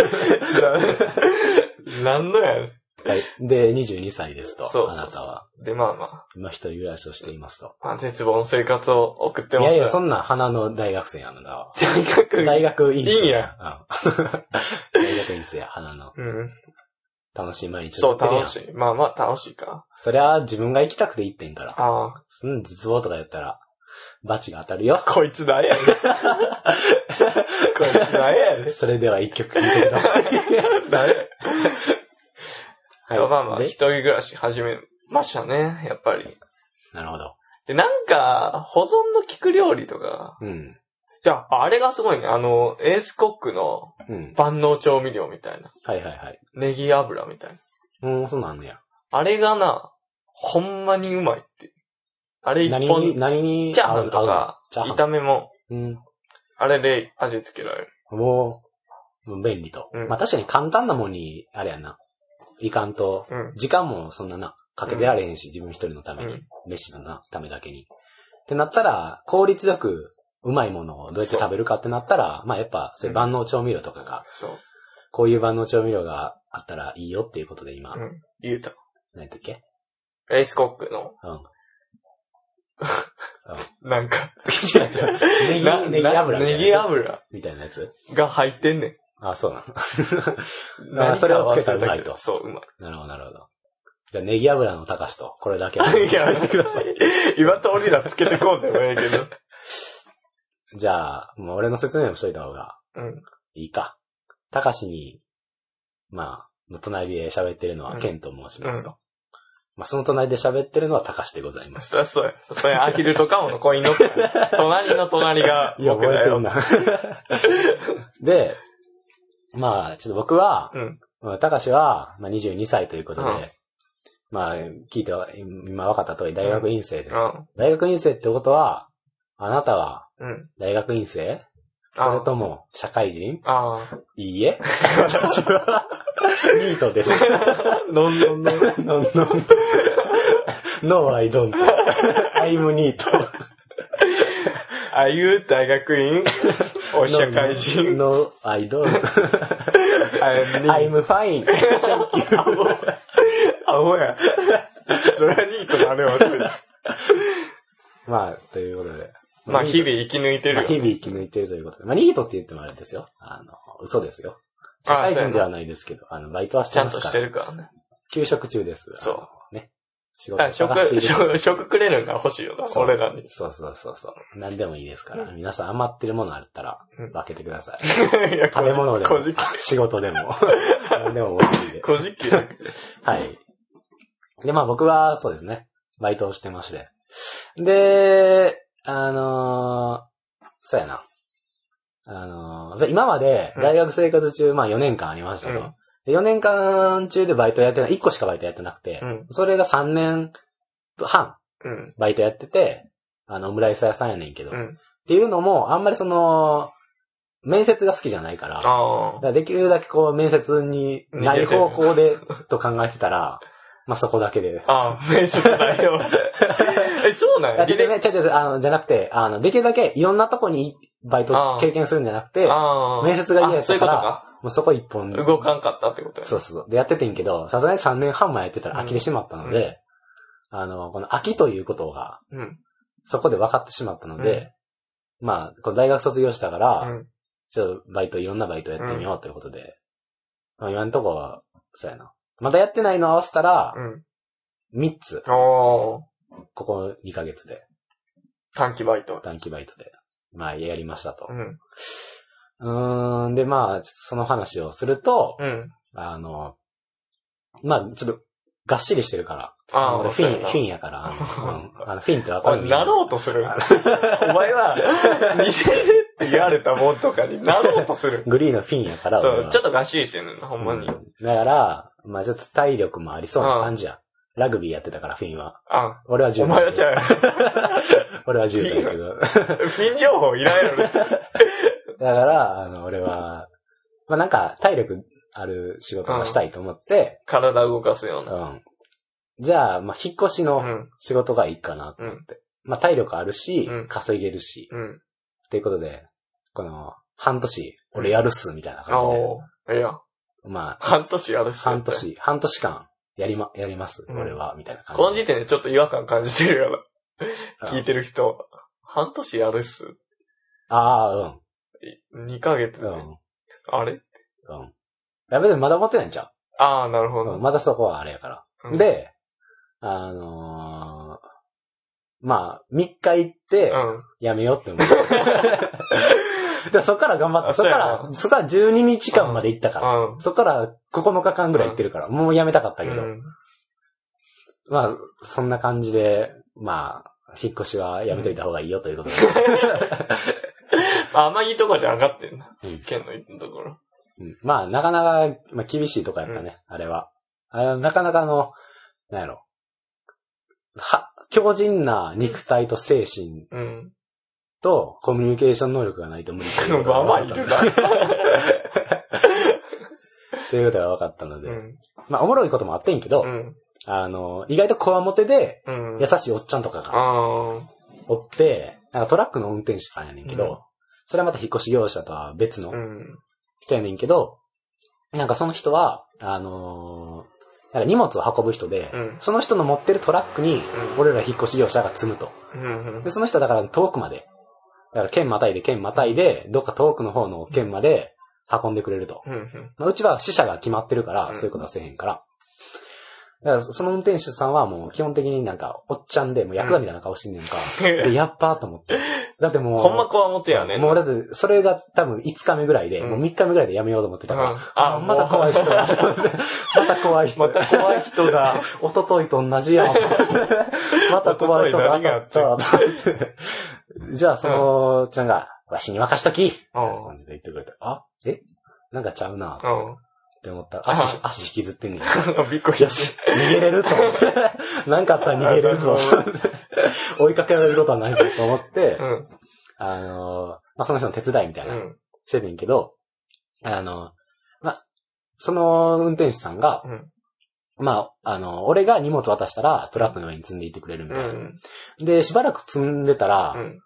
なんのやねん。
い。で、22歳ですと。
そうそう
あな
そ
た
う
は、
で、まあま
今一人暮らしをしていますと。
あ、まあ、絶望の生活を送って
い
ます
やいや、そ
ん
んなん花の大学生やのだわ。
大学
大学院生。
いいや
うん。 [laughs] 大学院生や、花の。
うん。
楽しい毎日
そう、
てるやん
楽しい。まあまあ、楽しいか。
そりゃ、自分が行きたくて行ってんから。
ああ、
そんな絶望とかやったら、罰が当たるよ。
[laughs] こいつだやねん。こいつだやねん。
[laughs] それでは一曲聴いてください。
だや。
はい。
[laughs] まあまあ、
で
一人暮らし始めましたね、やっぱり。
なるほど。
で、なんか、保存の効く料理とか。
うん。
じゃあ、あれがすごいね。あの、エースコックの
うん。
万能調味料みたいな。
はいはいはい。
ネギ油みたいな。
うん、そうなんねや。
あれがな、ほんまにうまいって。あれ一
何
本、
に、何に、
チャーハンとか、
合うの、チャーハン。
炒めも、
うん。
あれで味付けられる。
もう、もう便利と。
うん
まあ確かに簡単なもんに、あれやな。いかんと、
うん。
時間もそんなな、かけてられへんし、自分一人のため
う
に、
ん。
飯のな、ためだけに。ってなったら、効率よく、うまいものをどうやって食べるかってなったら、まあやっぱ、そういう万能調味料とかが、
そう。
こういう万能調味料があったらいいよっていうことで今、
う
なん、
ん。言うた。
何やったっけ [laughs]
エースコックの、 [laughs]
うん。
なんか、
違う違う。ネギ、ネギ油みたいなやつ。
ネギ油
みたいなやつ。
が入ってんねん。
あ、そうなの。 [laughs]
何か
それをつけたら
忘れ
うまいと
そう、うまい。
なるほど、なるほど。じゃあ、ネギ油の高しと、これだけは。
[laughs]
食べてくださ [laughs] い。
今通りだつけてこうでもええけど。
じゃあ、もう俺の説明もしといた方が
うん。
いいか。高しに、まあ、隣で喋ってるの
う
は、
ん
ケンと申しますと。まあ、その隣で喋ってるのは高しでございます。
そりゃそうや。それアヒルとカモのコインロッカーや。隣の隣が
いや、
僕
覚え
だ
てん
よ。
な。 [laughs] で、まあ、ちょっと僕は、
うん。
まあ、高しは、まあ、22歳ということで、
うん
まあ、聞いては、今分かった通り、大学院生です。
うん。
大学院生ってことは、あなたは、
うん。
大学院生
あ
それとも、社会人
ああ。
いいえ。私は、ニートです。
どんどんどん。
[laughs] ノンノン。No, I don't. I'm neat.
あいう大学
[laughs]
院、お社会人、
No, no, I don't.
あに
I'm fine. Thank you.
アホや。それはニートなれよ。
まあ、ということで。
[laughs] まあ、日
ニー
々生き抜いて
トま
る
あ
よ。
日々生き抜いてるということで。まあ、ニートって言ってもあれですよ。あの、嘘ですよ。社
ああ
会
そうや
人
な
ではないですけど、あの、バイトはし
ち
て
ゃ
ま
ん
す
と
か
して
ら。
るからね。
休職中です。。
そう
ね。仕
だ
事
か
を
ら
探してい
食、
る
食、食くれるのが欲しいよな、
そう
俺らに。
そうそうそうそう。何でもいいですから。皆さん余ってるものあったら
うん、
分けてください。
いや
食べ物
[laughs]
でも
こじ、
仕事でも、何でも美味しいで。
こじき。
はい。で、まあ僕はそうですね。バイトをしてまして。で、あのーそうやな。あのー今まで大学生活中、まあ4年間ありましたけど、
うん
で4年間中でバイトやってない、1個しかバイトやってなくて、
うん。
それが3年半
うん。
バイトやってて、あの、オムライス屋さんやねんけど、
う
っ
ん。
ていうのも、あんまりその、面接が好きじゃないから、
あ
だからできるだけこう面接にない方向でと考えて
[laughs]
たら、まあそこだけで。
あ。ああ、面接だ
[laughs]
よ。え、そうなんや。
あ、
履
全然
歴
ね、違う違う、あの、じゃなくて、あの、できるだけいろんなとこにバイ
あ
ト
ー
経験するんじゃなくて、も
ああ。
面接が嫌や
あ
っ
そうい
た
うこ
か
と
ら
か。
うそこ一本で。
動かんかったってことや。
そうそうそう。でやっててんけど、さすがに3年半もやってたら飽きてしまったの
うんう
で、あの、この飽きということが、
うん。
そこで分かってしまったので、まあ、この大学卒業したから、
うん。
ちょっとバイト、いろんなバイトやってみようということで、まあ今のとこは、そうやな。まだやってないの合わせたら
う、ん。
3つ、
おー。
ここ2ヶ月で、
短期バイト。
短期バイトで、まあ、やりましたと
う。ん。
うーん、で、まあ、ちょっとその話をすると、
うん。
あの、まあ、ちょっと、がっしりしてるから。
ああ、
俺、フ
そう
ィ
や
ン、
な
フィンやから、あのうんあのフィンってわか
[laughs] あ
る
なろうとする。お前は、似てるって言われたもんとかになろうとする。
グリーンのフィンやから、
そ
俺
う、
は
ちょっとがっしりしてんの、ほんまに。
うんだから、まあちょっと体力もありそうな感じや。ラグビーやってたから、フィンは。
あ、
俺は10
お
代。
前はちゃう。
俺は10代だけど。だか
フィン情報いらんや [laughs] ろ。
ら、あの、俺は、まあなんか、体力ある仕事がしたいと思って、
体動かすよう
う
な。
ん。じゃあ、まあ引っ越し
う
の、
ん。
仕事がいいかなと思って。まあ体力あるし、
うん
稼げるし、
うん。
っていうことで、この、半年、俺やるっす、みたいな感じで。
おーいや、
まあ、
半年やるっすよ
半。年、半年間、やりま、やります、
うん
俺は、みたいな感じ
この
で。
時点でちょっと違和感感じてるやろ。
うん
聞いてる人。半年やるっす。
ああ、うん。
2ヶ月
う
で。
ん。
あれ
うん。やべ、でもまだ持ってないんちゃ
ああ、なるほ
う、うん、
ど。
まだそこはあれやから。
うん、
で、あのーまあ、3日行って
う、ん。
やめようって
[laughs]
思う。で、そっから頑張って、
あ
そ
そ
っ
う
か
やな
ら、そっから12日間まで行ったから。
うん。
そっから9日間ぐらい行ってるから、もうやめたかったけど、
うん
まあ、そんな感じで、まあ、引っ越しはやめといた方がいいよということで。
[laughs] あんまいいとこじゃ上がってんな。
うん
県のいいところ。
[laughs] うんまあ、なかなか、まあ、厳しいとこやったね、あれは。あれはなかなかあの、なんやろ。は、強靭な肉体と精神
うん。
とコミュニケーション能力がないと無理っていうこと
[laughs] まあ
が
まあ
分
い
[laughs] かっ
る
た
な。
ということが分かったので。
うん。
まあ、おもろいこともあってんけど、
うん。
あの、意外とこわもてで、
うん。
優しいおっちゃんとかが、
あ
おって、なんかトラックの運転手さんやねんけど、
うん
それはまた引っ越し業者とは別
ーう
の
ん。
人やねんけど、なんかその人は、あのーなんか荷物を運ぶ人で、
うん
その人の持ってるトラックに、
うん
俺ら引っ越し業者が積むと。
うん。
で、その人だから遠くまで、だから県またいで県またいで、どっか遠くの方の県まで運んでくれると。
うん。うん。
まあ、うちは死者が決まってるから、
うん
そういうことはせえへんから。だから、その運転手さんはもう基本的になんか、おっちゃんで、もうヤクザみたいな顔してんねんか。で、やっぱと思って。だってもう、
ほんまこわもてやね。
もうだって、それが多分5日目ぐらいで、
うん
もう3日目ぐらいでやめようと思ってたから。
うんあ
あ、また怖い人 [laughs]
もう
だ。また怖い人。
また怖い人
[laughs]
が。
おとといと同じやん。 [laughs] また怖い人が当たった。と思って [laughs] じゃあ、その、ちゃんが、わしに任しときみたいな感じで言ってくれて、あ、えなんかちゃう
う
なって思ったら、足、足引きずってんねん。
ん。びっくり
よし、逃げれ
[laughs]
ると思って。なんかあったら逃げれるぞ。 [laughs] 追いかけられることはないぞと思って
う、ん。
あのー、まあ、その人の手伝いみたいうな、
ん。
しててんけど、あの、まあ、その運転手さんが、
うん
まあ、あの、俺が荷物渡したらトラックの上に積んでいってくれるみ
う
たいな。
ん。
で、しばらく積んでたら、
うん。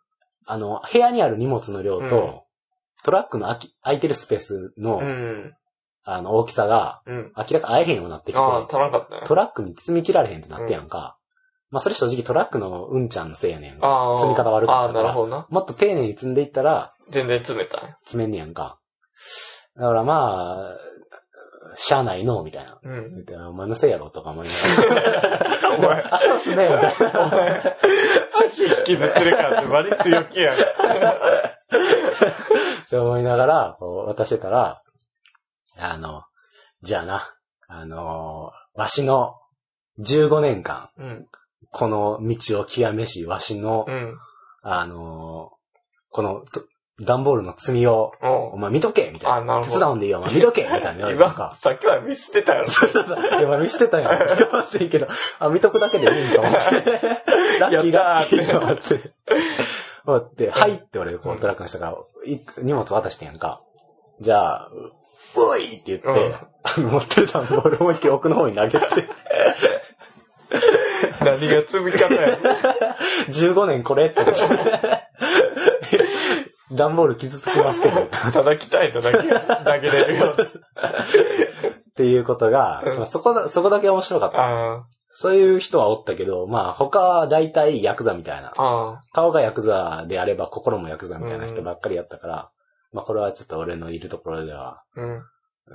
あの、部屋にある荷物の量と、
うん
トラックの空き空いてるスペースの、
うん。
あの、大きさが、
うん。
明らか会えへんようになってきて、
ああ、足らんかったね。
トラックに積み切られへんってなってやんか。まあ、それ正直トラックのうんちゃんのせいやねん。
ああ。
積み方悪か
あ
っ
あ、
たから
なるほどな。
もっと丁寧に積んでいったら、
全然詰めたね。
積めんねやんか。だからまあ、しゃあないの、みたいな。
うん。
お前のせいやろ、とか思いなが
お前、
ら。あ、そうっすね、みたいな。
お前、足引きずってるからって割り強気やん。
って思いながら、こう渡してたら、あの、じゃあな、あのーわしの15年間、
うん。
この道を極めし、わしの、
うん。
あのーこの、と段ボールの積みを、
お
お
う
前見とけみたいな。
あ、なる
手
ほ
伝
ど。
うんでいいよ、お前見とけみたいな言われてなん
今、
か。
さっきは見捨てたやろ。
そうそう [laughs] そう。いやお前見捨てたやん。頑張っていいけど、あ、見とくだけでいい
[laughs]
んか思って。ラッキー
や
ラ
っ
ッ
た
キ
ーっ
ー
て
と思って。思って、はいって俺、こ
う
うんトラックの人から、い荷物渡してんやんか。じゃあ、うおいって言って、
うん
あの、持ってる段ボールを思いっきり奥の方に投げて、
何が積み方や。
15年これって思って。段ボール傷つきますけど、っ
叩きたいとだけ、投げれるよ。
ていうことが、
うん
まあそこだ、そこだけ面白かった。
あ
そういう人はおったけど、まあ他は大体ヤクザみたいな
あ、。あ
顔がヤクザであれば心もヤクザみたいな人ばっかりやったから、まあこれはちょっと俺のいるところでは、
あ、うん。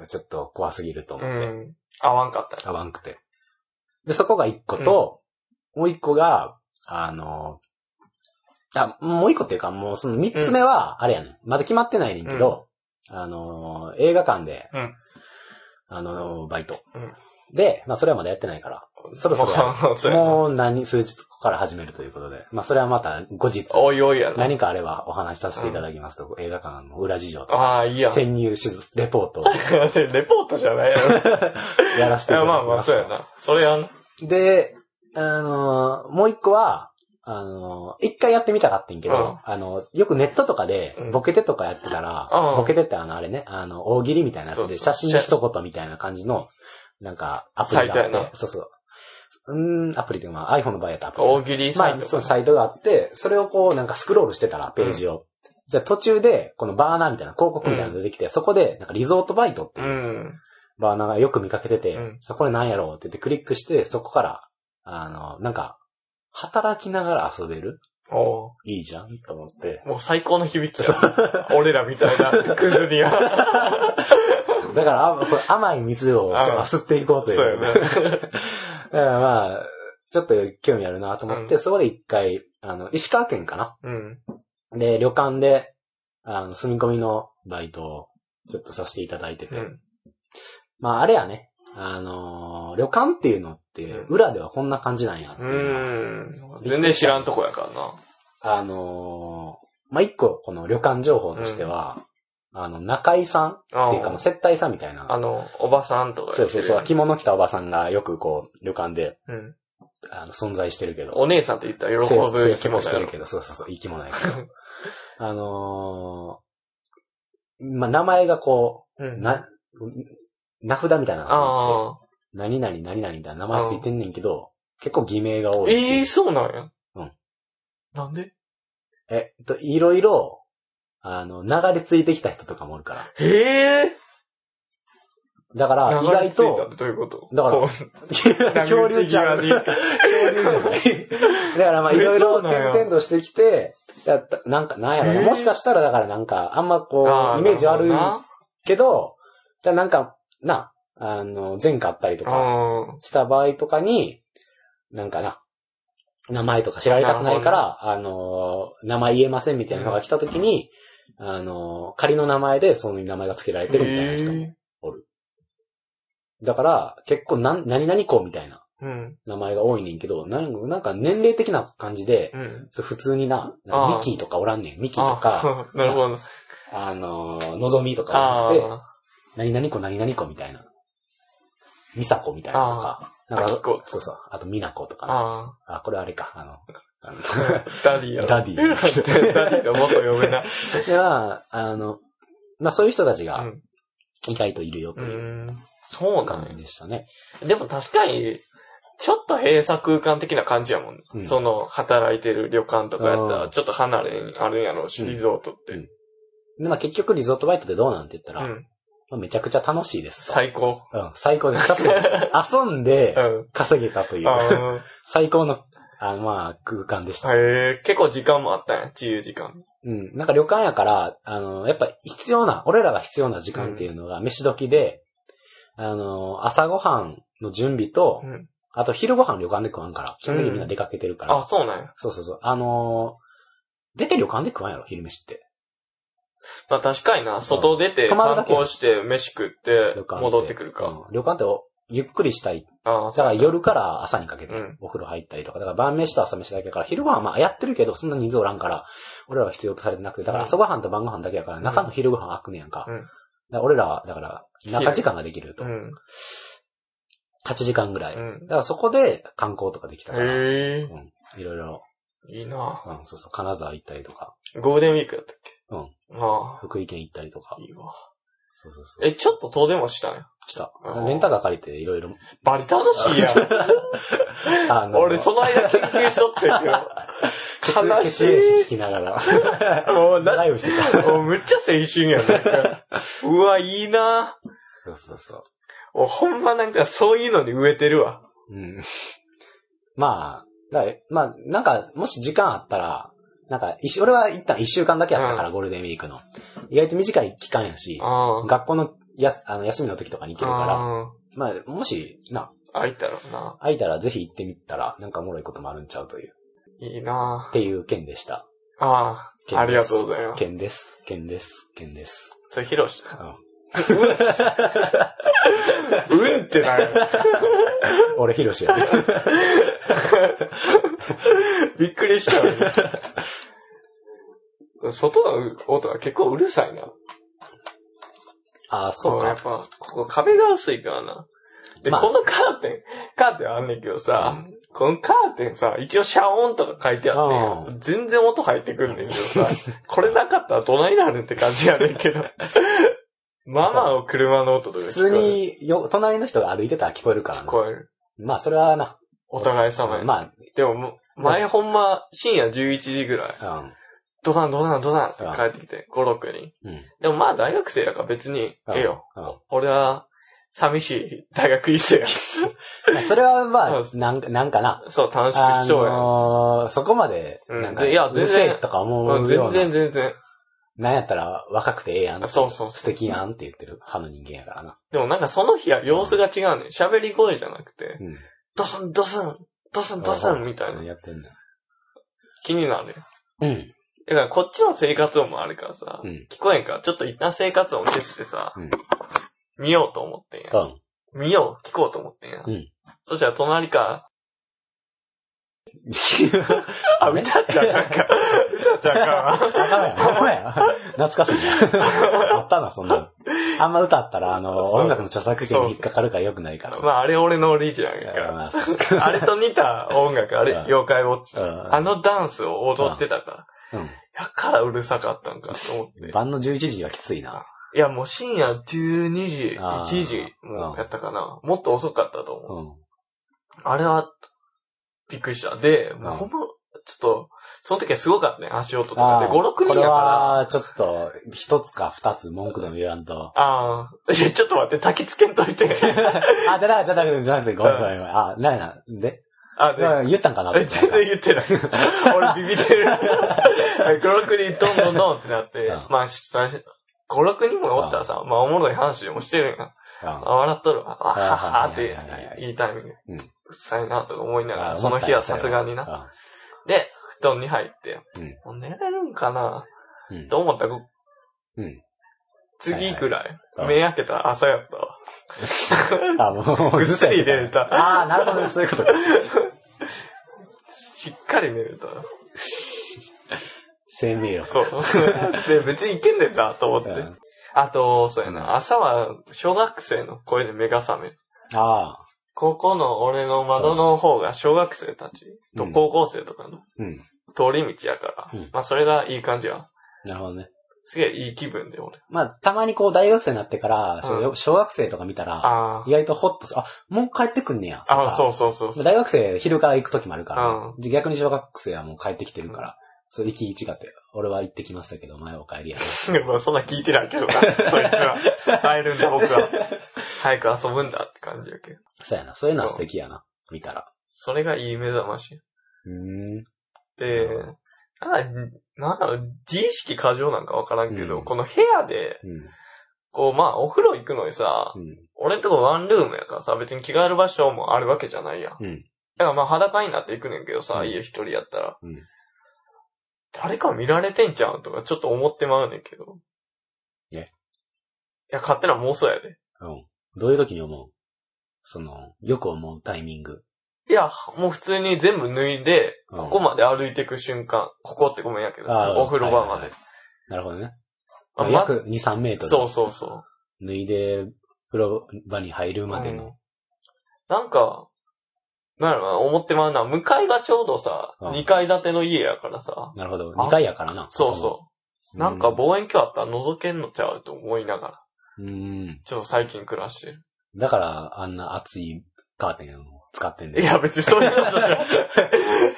ちょっと怖すぎると
う
思って、
ん。合わんかったよ。
合わんくて。で、そこが一個と、もう一個が、あの、あ、もう一個っていうか、もうその三つ目は、あれやね、ん、まだ決まってないねんけど、あの、映画館で、
うん
あの、バイト。
うん
で、まあそれはまだやってないから、そろそろやる
もう、そうやな
もう何、数日後から始めるということで、まあそれはまた後日。
おいおいや [laughs] な。
何かあればお話しさせていただきますと、映画館の裏事情とか、
ああ、いいやん。
潜入しレポートを
それレポートじゃないやろ。い
やらせてい
や [laughs] ま
ただきます。
あまあ、そうやな。それやん。
で、あのーもう一個は、あのー一回やってみたかってんけど、あのよくネットとかで
うん、
ボケてとかやってたら、
うん
ボケてってあの、あれね、あの、大喜利みたいなやつで、
そうそう
写真一言みたいな感じの、なんか、アプリが
サ
あ
イ
っ
トやな
て、そうそう。うーん、アプリでも、iPhone の場合やったらアプリ。
大喜利サ
ま
イ
あ、
ト
そ
か
のサイトがあって、それをこうなんかスクロールしてたら、ページを。じゃあ途中で、このバーナーみたいな広告みたいなの出てきて、そこで、なんかリゾートバイトって
な。。
いううんバーナーがよく見かけてて、
うん
そこでなんやろうって言ってクリックして、そこから、あの、なんか、働きながら遊べる
おう
いいじゃんと思って。
もう最高の響きや。俺らみたいなクズには。
だから、あこれ甘い水を
あ
吸っていこうと
そ
いうう。
や
[laughs] だ
な
か。らまあ、ちょっと興味あるなと思って、そこで一回、あの、石川県かな
うん。
で、旅館で、あの、住み込みのバイトを、ちょっとさせていただいてて。
うん。
まあ、あれやね。あのー旅館っていうのって
うん、
裏ではこんな感じなんやって
う
いうのは
ん。全然知らんとこやからな。
あのーまあ、一個、この旅館情報としては、あの、中井さん
あ
っていうか、もう
ー
接待さんみたい
あ
な。
の、おばさんとか
そ
や
う
って
そう
る
そ
や
う。
ん。
着物着たおばさんがよくこう、旅館で、
うん。
あの、存在してるけど。
お姉さんって言ったら喜
清
ぶ
清
生き
掃
物
して
や
る
ろ。
けど、そうそうそう、生き物やけ
[laughs]
ど。あのーまあ、名前がこう、
うん。
な、名札みたいなのがあって
あ
何々何々みたいな名前ついてんねんけど、結構偽名が
あ。
多い。
ええ、そうなんや。
うん。
なんで
えっと、いろいろ、あの、流れついてきた人とかもおるから。
へえ。
だから、意
流れ着
外
いた [laughs]
と [laughs]
っ、てどういうこと
だから
こ [laughs] う
恐竜じゃん。
流
恐 [laughs]
れ着
竜
際に
じゃない。だからまあ、いろい
えそう
ろ
なんや
点々としてきて、やった、なんか、なんやろな
えー
もしかしたら、だからなんか、あんまこ
あ
う、イメージ悪い
な
けど、だからなんか、な、あの、前科あったりと
るほ
か、
どな
した場合とかに、なんかな、名前とか知られたくないから、あのー、名前言えませんみたいなのが来た時に、あのー、仮の名前でその名前が付けられ
うん。
てるみたいな人。
へえ
だから、結構なん、何々子みたいな
うん。
名前が多いねんけど、なんなんか年齢的な感じで、
うん。
そう普通にな、
あー
ミキーとかおらんねん。ミキーとか、
ああ、 [laughs] なるほど。
あのー、のぞみとか
あ
じゃなく
あ。
て、何々子何々子みたいな。ミサ子みたいなのとか、なん
あきこ
か、そうそう、あとミナコとかな
あ
あ、これあれか、
[laughs]
あの、あの [laughs]
あ。ダディやろ。
ダディ
[laughs] ダディが元嫁な。
で、まあ、あの、まあそういう人たち
う
が
ん
意外といるよと
う。
いうん
そうな
感
ん
じでしたね。
や。でも確かに、ちょっと閉鎖空間的な感じやもんね、
うん
その、働いてる旅館とかやった
う
ら、
ん
ちょっと離れにあるんやろうし、
うん
リゾートって。
うんで、まあ結局リゾートバイトってどうなんて言った
う
ら、
ん。
まあめちゃくちゃ楽しいですと。
最高。
うん、最高です。確かに、遊んで
うん。
稼げたという、
あ
最高の、あまあ、空間でした。
ーへえ、結構時間もあったんや、自由時間。
うん。なんか旅館やから、あの、やっぱ必要な、俺らが必要な時間っていうのが飯時で、あの、朝ごはんの準備と、
うん
あと昼ごはん旅館で食わんから、基本的にみんな出かけてるから。
あ、そうなんや。
そうそうそう。あのー出て旅館で食わんやろ、昼飯って。
まあ確かにな、外出て
泊まるだ
観
けや
光して飯食って
旅館
戻ってくるか。
うん旅館っておゆっくりしたい。
ああ
だから夜から朝にかけて
うん
お風呂入ったりとか、だから晩飯と朝飯だけだから、昼ごはんまあやってるけど、そんな人数おらんから、俺らは必要とされてなくて、だから朝ごはんと晩ごはんだけやから、
ん
中の昼ごはん開くねやんか。
うん
だから俺らは、だから、中時間ができると
う。ん。
8時間ぐらい。
う
だ
ん。
からそこで観光とかできたから、い
へ
ろいろ、
え、いいな。
うん、そうそう、金沢行ったりとか、
ゴールデンウィークだったっけ。
うん
あ
福井県行ったりとか
あ、、いいわ。
そうそうそう。
え、ちょっと遠出もしたんや。
した
う。ん
レンタカー借りていろいろ
バリ楽しいやん。
あの、
俺、その間研究しとってんけど。
血
悲
血液
し
聞きながら、
い。もう、な
ライブしてた。
もうむっちゃ青春やんなんか。うわ、いいな
そうそうそ
おほんまなんか、そういうのに植えてるわ。
う。うん。まあ、だからまあ、なんか、もし時間あったら、なんか、一俺は一旦一週間だけやったから、ゴールデンウィークの。意外と短い期間やし、
あ
学校のやあの休みの時とかに行け
あ。
るから、
あ
まあ、もし、な、
あ。あいたろうな。
空いたらぜひ行ってみたら、なんかおもろいこともあるんちゃうという、
いいな
っていう件でした。
ああ。ありがとうございます。
件です。件です。件です。
それ、披露した。 [laughs]
うん
うんって
[laughs]
なる。
俺、ヒロシやです。
びっくりしたわ。外の音が結構うるさいな。
ああ、そう
や
か
っ。ぱ、ここ壁が薄いからな。で、
まあ
このカーテン、カーテンあんねんけどさ、このカーテンさ、一応遮音とか書いてあって、全然音入ってくんねんけど
[laughs]
さ、これなかったらどないなるんって感じやねんけど。まあまあ車の音とか
普
聞
通
こえる
によ、隣の人が歩いてたら聞こえるからね
聞。こえる。
まあ、それはな。
お互い様や。
ま
でももう、前ほんま、深夜11時ぐらい、
あ、
ドダンドダンドダンって帰ってきて、5、6人。
うん。うん。
でもまあ大学生やから別に、ええよ。
うん。
俺は、寂しい大学院生や。
まあそれはまあ
そ、う
なんか、なんかな。
そう、楽しく
あ
しようや。
のー、そこまで、
うん
なんか、
いや
うるせえとか思
うん
うよ
全
うな。
然全然。
なんやったら若くてええやんってい。
そうそうそう
素敵やんって言ってる派の人間やからな。
でもなんかその日は様子が違うね。喋り声じゃなくて、
うん。
ドスンドスン、ドスンドスンみたいな
うん。やってんだ。
気になるよ。
うん。
だからこっちの生活音もあるからさ、
うん。
聞こえんから、ちょっと一旦生活音消してさ、
うん
見ようと思ってん
う
や。
ん。
見よう、聞こうと思ってんや。
うん
そしたら隣から、 [laughs] あ、歌っちゃうなんか、歌っちゃうか。
あかんやん。ほんまや。懐かしい
[laughs]
な。あったな、そんなの。あんま歌ったら、あの、
そう
音楽の著作権に引っかかるから良くないから。
[laughs] まああれ俺のオリジナルや
あ
か
まあそう
ら。あれと似た音楽、あれ、
うん
妖怪ウォッチ。
うん
あのダンスを踊ってたから。
うん。
だからうるさかったんかと思って。
晩の11時はきついな。
いや、もう深夜12時、
あー
1時、もうやったかな。もっと遅かったと思う。
うん。
あれは、びっくりした。で、もうほんま、ちょっと、その時はすごかったね、足音とかで。5、6
こ
人
れ
やから。
は、ちょっと、一つか二つ文句でも言わ
[laughs]
んと。
ああ、いや、ちょっと待って、焚き付けんといて。
あ、じゃなくて、じゃなくて、じゃなくて、ごめんごめんごめん。あ、なんやなんで
あ、で、
言ったんかな
え全然言って
[laughs]
ない。俺ビビってる。5、6人どんどんどんってなって
うん、
まあ、し5、6人もおったらさ、まあ、おもろい話でもしてるんやん。
うん
あ、笑っとるわ。あ
は
は
い
ははっ
はい
て
はいはいはい
言いタイミング。
う
う
ん
っさいなとか思いなが
あ
ら、
思
そ
った
の
よ
日はさすがにな。で、布団に入っても
うん、
う寝れるんかな
うんうん
と思ったらこ
うん。
次くらい
はい、
目開けたら朝やった
[laughs]
わ。
あ、もう、
ぐっすり
や
寝
って
れた。
[laughs] ああ、なるほどね、そういう
[laughs]
ことか。
しっかり寝れた。
生命力。
そう。で、別にいけんでたと思っ
う
て
ん。
あと、そうや
う
な、朝は小学生の声で目が覚める。
ああ、
ここの俺の窓の方が小学生たちと高校生とかの
うん。
通り道やから、
うん
まあそれがいい感じや。
なるほどね。
すげえいい気分で俺。
まあ、たまにこう、大学生になってから、
う
小学生とか見たら、
あ
意外とホッとする。あ、もう帰ってくんねや。
あ。ああ、そう [laughs] うそうそうそう。
大学生、昼から行く時もあるか
う
ら、逆に小学生はもう帰ってきてるから、そう、行き違って、俺は行ってきましたけど、お前はお帰りや。
まあそんな聞いてないけ
[laughs]
どな、そいつら。帰るんだ、僕は。早く遊ぶんだって感じやけど。
そうやな、そういうのは素敵やな、見たら。
それがいい目覚まし。
うーん。
で
う、
なんか、なんか、自意識過剰なんかわからんけど、
うん
この部屋で、
うん。
こう、まあ、お風呂行くのにさ、
うん。
俺んとこワンルームやからさ、別に着替える場所もあるわけじゃないやん。
うん
だからまあ、裸になって行くねんけどさ、
うん
家一人やったら。
うん
誰か見られてんじゃうんとか、ちょっと思ってまうねんけど。
ね。
いや、勝手な妄想やで。
うん。どういう時に思うその、よく思うタイミング。
いや、もう普通に全部脱いで、
うん
ここまで歩いていく瞬間、ここってごめんやけど、
あー
お風呂場ま
はいはい
で
は。なるほどね。
あま
約2、3メートル。
そうそうそう。
脱いで、風呂場に入るまで
うん
の。
なんか、なんやろな、思ってまうな。向かいがちょうどさ、
うん
2階建ての家やからさ。
なるほど。
あ
2階やからな。
そうそう。なんか望遠鏡あったら覗けんのちゃうと思いながら。
うん。うん。
ちょっと最近暮らしてる。
だから、あんな熱いカーテンを使ってん
い
ねん。
や、別にそういうことじゃ
[laughs]
ん。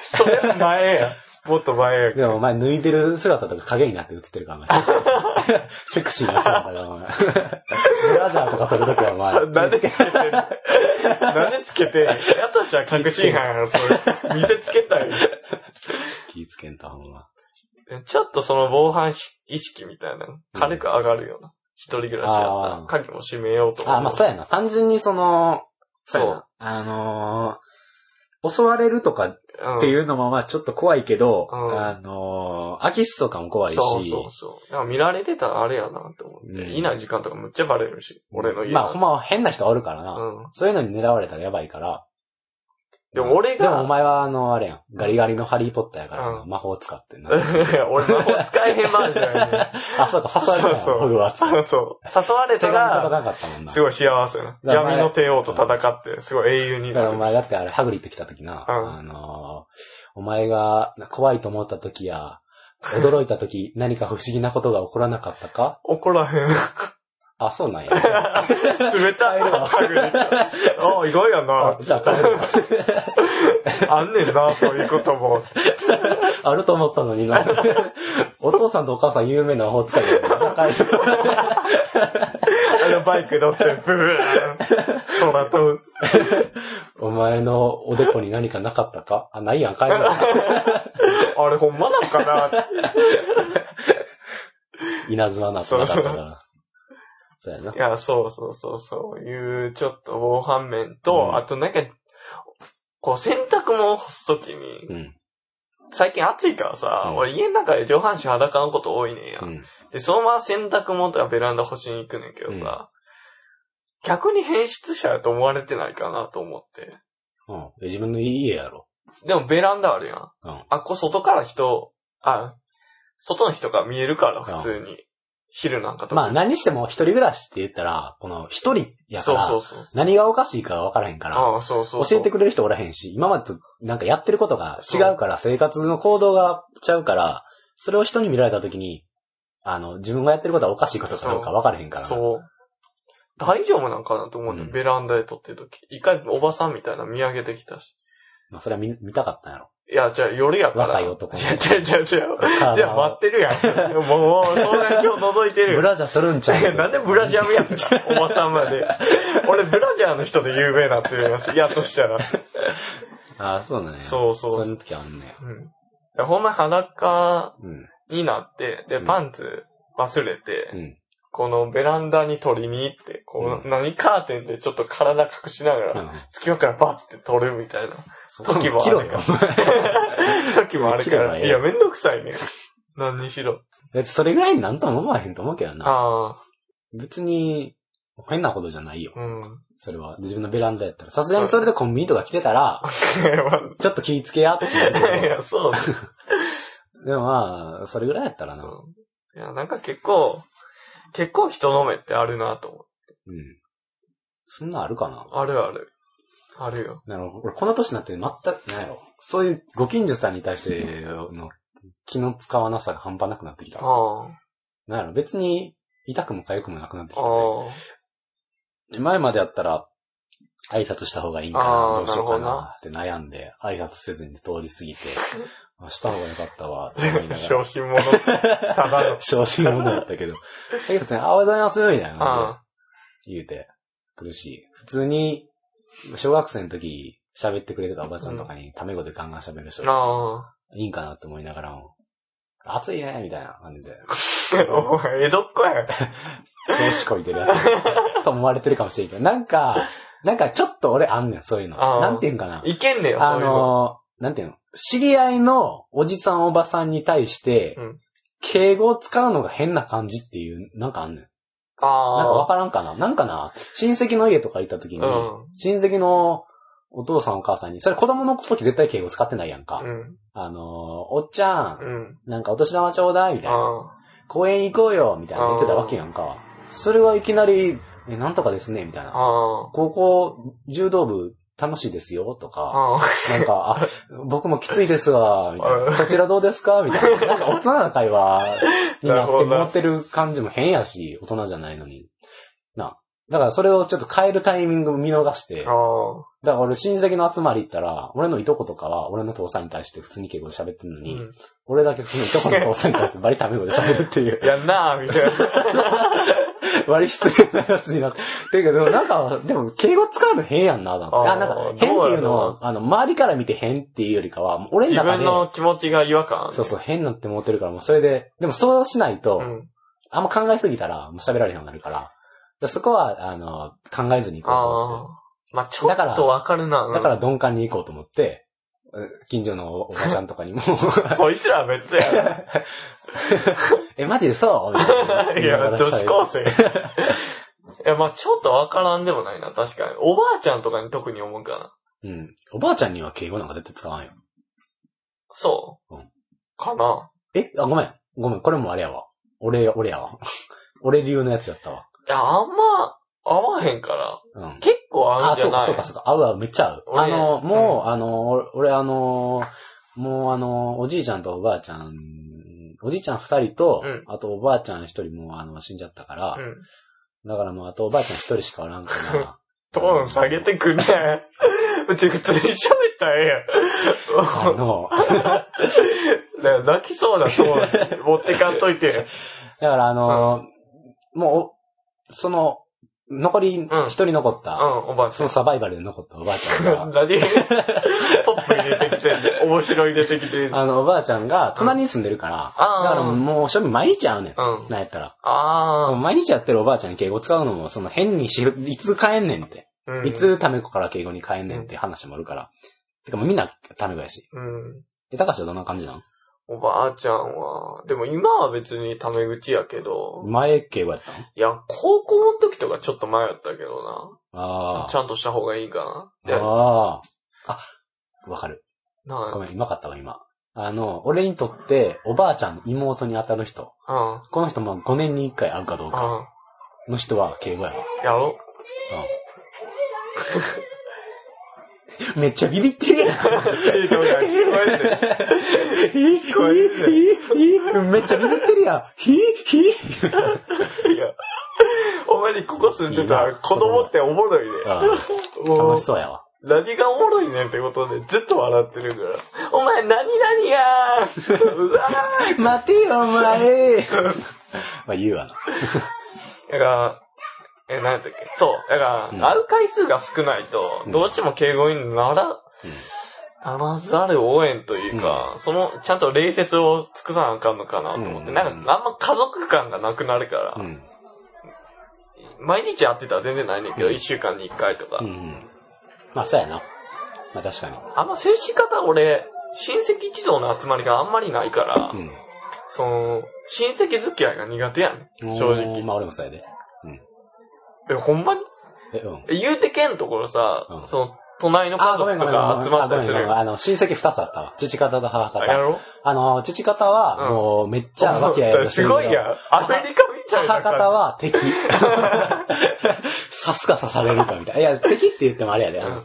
それ前や。もっと前やけど。
でもお前脱いでる姿とか影になって映ってるから、お前
[laughs]
セクシーな姿が、お前。ブラジャーとか撮るときは、お
[laughs]
前。
なんでつけてん
[laughs]
のなんでつけてんのやとしたら確信犯やろ、それ。見せつけたい。
気ぃつけんと、ほんま。
ちょっとその防犯意識みたいなの、軽く上がるような。一人暮らしやった
あ
ら
ー、
鍵も閉めようとか。
あ、まあ、そう
う
やな。単純にその、
そう
やな。あのー襲われるとか
ん
っていうのもまあちょっと怖いけど、
うん
あのー、空き巣とかも怖いし、
そうそうそう。だから見られてたらあれやなって思って、
うん
いない時間とかむっちゃバレるし、俺の家
まあほん
ま、
まは変な人おるからな、
うん。
そういうのに狙われたらやばいから。
でも俺
でもお
が、
前はあの、あれやん、ガリガリのハリーポッターやから、
うん
魔法使ってんな。
[laughs] 俺魔法使えへんバージョンやね
あ、そうか、誘われた
[laughs] そうそう
ホグワーツ。
そうそう。誘われて
手が
が、
戦かったもん
[laughs]
な。
すごい幸せな。
だから
闇の帝王と戦って、すごい英雄に
だから
な
お
る。
前だってあれ、ハグリッド来た時な、
うん
あのー、お前が怖いと思った時や、驚い
[laughs]
た時、何か不思議なことが起こらなかったか
怒らへん。
あ、そう
[laughs]
なんや。
冷たい
帰るわ
ハグでああ、意外や
あ
な。
じゃあ帰るわ
あんねんな、そういうことも。
あると思ったの
[laughs]
にな。お父さんとお母さん有名な魔法使いだよ。じゃあ帰る
あのバイク乗って、ブーン。空飛ぶ。
お前のおでこに何かなかったかあ、ないやん、帰るわ。
[laughs] あれほんまなんかなって
稲妻なってなかったから。そうやな。
いや、そうそうそう、そういう、ちょっと防犯面と、
うん
あとなんか、こう、洗濯物を干すときに、
うん。
最近暑いからさ、
うん
俺家の中で上半身裸のこと多いねんや。
うん。
で、そのまま洗濯物とかベランダ干しに行くねんけどさ、逆に変質者やと思われてないかなと思って。
うん。え自分の家やろ。
でもベランダあるやん。
うん
あ、こう外から人、あ、外の人が見えるから、普通に。昼なんかとか。
まあ何にしても一人暮らしって言ったら、この一人やか
そうそ
ら
う、そう。
何がおかしいかわからへんから、
ああ、そうそうそ
教
う。
えてくれる人おらへんし、今までとなんかやってることが違うから、生活の行動がちゃうから、それを人に見られた時に、あの、自分がやってることはおかしいことかどうかわからへんから。
そう。大丈夫なんかなと思うね、
うん
ベランダで撮ってる時。一回おばさんみたいなの見上げてきたし。
まあ、それは見、見たかったんやろ。
いや、じゃあ夜やから。
若い男
いや、 [laughs] 違う違う違う。
カー
じゃあ待ってるやん。もう、もうそんな今日覗いてる
ブ
よ。
ラジャー取るんちゃ
いや
う
なんでブラジャーやってんのおばさんまで。俺、ブラジャーの人で有名なって言います。いや、としたら。
ああ、そうなんや。
そうそう
そ
そう。
いうう時あんねや。
うんいや、ほんま裸
うん。
になって、で、パンツ忘れて、
うん。
このベランダに取りに行って、こう、何カーテンでちょっと体隠しながら、
うん
隙間からバッて取るみたいな時もあ
切ろ
るか。
よ
時もあるか
切れば
ら。
ええ
いや、めんどくさいね。何にしろ。
だってそれぐらいになんとも思わへんと思うけどな。
あ
別に、変なことじゃないよ
あ、。うん。
それは。で自分のベランダやったら。さすがにそれでコンビニとか来てた
[laughs]
ら、
い
ちょっと気ぃつけやって言うけど
や、そうだ
でもまあ、それぐらいやったら
な
な。
[laughs]
う
そういや、なんか結構、結構人の目ってあるなと思
ん。そんなんあるかな
う。あるある。あるよ。
なるほど。俺この年になって全く、なんやろ。そういうご近所さんに対しての気の使わなさが半端なくなってきた。
あ
なんやろ。別に、痛くも痒くもなくなってき
あ。
て
あ
て。前までやったら、挨拶した方がいいんか
あ
な、
ー
どうしよう
なるほど
か
な [laughs]
なって悩んで、挨拶せずに通り過ぎて、あした方がよかったわ、と思いながら。
小心者。た
[laughs]
だの。
昇進問題だったけど。だけど普通に、あ、おはようございます、みたいな感
あ
じで言うて、苦しい。普通に、小学生の時、喋ってくれてたおばちゃんとかに、タメ語でガンガン喋る人、
あ。あ
いいんかなって思いながらも、暑いね、みたいな感じで、
あ。お前、江戸っ子やん。
調子こいてるや
[laughs]
つ、と思われてるかもしれんけど、なんか、なんかちょっと俺あんねん、そういうの。
あー
なんていうんかな。
いけんねよ、そ
あ
ういうの。
のー、なんていうの知り合いのおじさんおばさんに対して、
うん
敬語を使うのが変な感じっていう、なんかあんねん。なんかわ
あ
からんかななんかな親戚の家とか行った時に、
あ。
親戚のお父さんお母さんに、それ子供の時絶対敬語使ってないやんか。
うん。うん。
あのー、おっちゃん、
うん。
なんかお年玉ちょうだいみたいな。
あ
公園行こうよみたいな言ってたわけやんか。それはいきなり、え、なんとかですねみたい
あ。
な。
あ
高校柔道部楽しいですよとか。
あ。 [laughs]
なんか、あ、僕もきついですわ、みたいうな。
ん
そちらどうですかみたいな。なんか大人な会話にな
なる
っ
ほ
て
どな
持ってる感じも変やし、大人じゃないのに。な。だからそれをちょっと変えるタイミングを見逃して、だ
あ
か
あ。
ら俺親戚の集まり行ったら、俺のいとことかは俺の父さんに対して普通に敬語で喋ってるの
う
に、
ん。
俺だけそのいとこの父さんに対してバリタメ語で喋るっていう、 [laughs]
やんなーみたい
割り失礼なやつになって。だけど、なんか、でも敬語使うの変やんな、なんか。
あー
あ、なんか変っていうの
どうやろ
を、あの、周りから見て変っていうよりかは、もう俺の
自
中で。
分の気持ちが違和感あるね。
そうそう、変なって思ってるから、もうそれで、でもそうしないと、
うん。
あんま考えすぎたら、もう喋られへんようになるから、だからそこは、あの、考えずに行こうと思
ああ。
っ
まあ、ちょっとわかるな。、
て。だからら鈍感に行こうと思って、近所のおばちゃんと
[laughs]
かにも、
そいつらは別や。
え、マジでそうみたい
[laughs]
な。
いや、女子高 [laughs]
生。
生。いや、まあちょっとわからんでもないな、確かに。おばあちゃんとかに特に思うかな。
うん。おばあちゃんには敬語なんか絶対使わんよ。
そう、
うん
かな。
え、あ、ごめん。ごめん。これもあれやわ。俺、俺やわ。 [laughs] 俺流のやつやったわ。
いや、あんま、合わへんから。
うん。
結構合う
あ、
んじゃ
そう
ない
か、そうか、そうか。合う合う、めっちゃ合う。あ
俺
の、もう、
う
あの、俺、あの、もう、あの、おじいちゃんとおばあちゃん、おじいちゃん二人と、
うん
あとおばあちゃん一人もう、あの、死んじゃったから、
うん。
だからもう、あとおばあちゃん一人しかおらんから、
トーン下げてくんね。 [laughs] うち普通に喋ったらえ
[laughs] あの、
えやん。だ [laughs] から泣きそうなトーン持ってかんといて。
だからあの、もう、その、残り、一人残っ
うん
た、、
おばあち
そ
ゃん
の。サバイバルで残ったおばあちゃんが
[laughs] 何、ポップ入れてきて、面白い入れてきて。
あの、おばあちゃんが隣に住んでるから、
あー
だからもう、正味毎日会うねん。
うん。
なんやったら。
あ
毎日やってるおばあちゃんに敬語使うのも、その変にし、いつ変えんねんって。
あ。うん
いつタメ語から敬語に変えんねんって話もあるから。てかもうみんなタメ語やし。
うん。
え、高橋はどんな感じなの
おばあちゃんは、でも今は別にタメ口やけど、
前敬語やったの
いや、高校の時とかちょっと前やったけどな。
あ
ちゃんとした方がいいか
あ。
な。いや
ああ。あ、わかる。
なん
ご
か
めん、うまかったわ、今。あの、俺にとって、おばあちゃんの妹に当たる人。
うん、うん。
この人も5年に1回会うかどうかの人は敬語やわ。
やろ
[laughs] めっちゃビビってるやん。
正常や聞こえんねこえる
めっちゃビビってるやん。ひーひー
[laughs] いや、お前にここ住んでたら子供っておもろいね。も
楽
う
し、そうやわ。
何がおもろいねんってことでずっと笑ってるから。お前何々や
[laughs]
ーうわー
待てよ、お前まあ言うわな。
だから、え、何やったっけそう。だから、
うん
会う回数が少ないと
う、ん
どうしても敬語になら、ならざる応援というか、その、ちゃんと礼節を尽くさなあかんのかなと思って、
うん
なんか、あんま家族感がなくなるから、
うん。
毎日会ってたら全然ないねんけど、
うん
一、週間に一回とか、
うん。まあそうやな。まあ確かに。
あんま接し方俺、親戚一同の集まりがあんまりないから、
うん。
その、親戚付き合いが苦手やねん。正
おー
直。
まあ俺もそうやで。
え、ほんまに
え、うん。
え言うてけんところさ、
うん
その、隣の家
あ、ごめ
族
んご
と
めんごめん。
か集まったりする
あごめんごめんごめんあの、親戚二つあったわ。父方と母
や
方。
ろ
あの、父方は、
うん
もう、めっちゃ和気あいあいとし
す
てるけど
ごいやん。アメリカみたい
母
な
方
感
は敵。刺すか刺されるかみたいな。いや、敵って言ってもあれやで。あ
う
の
ん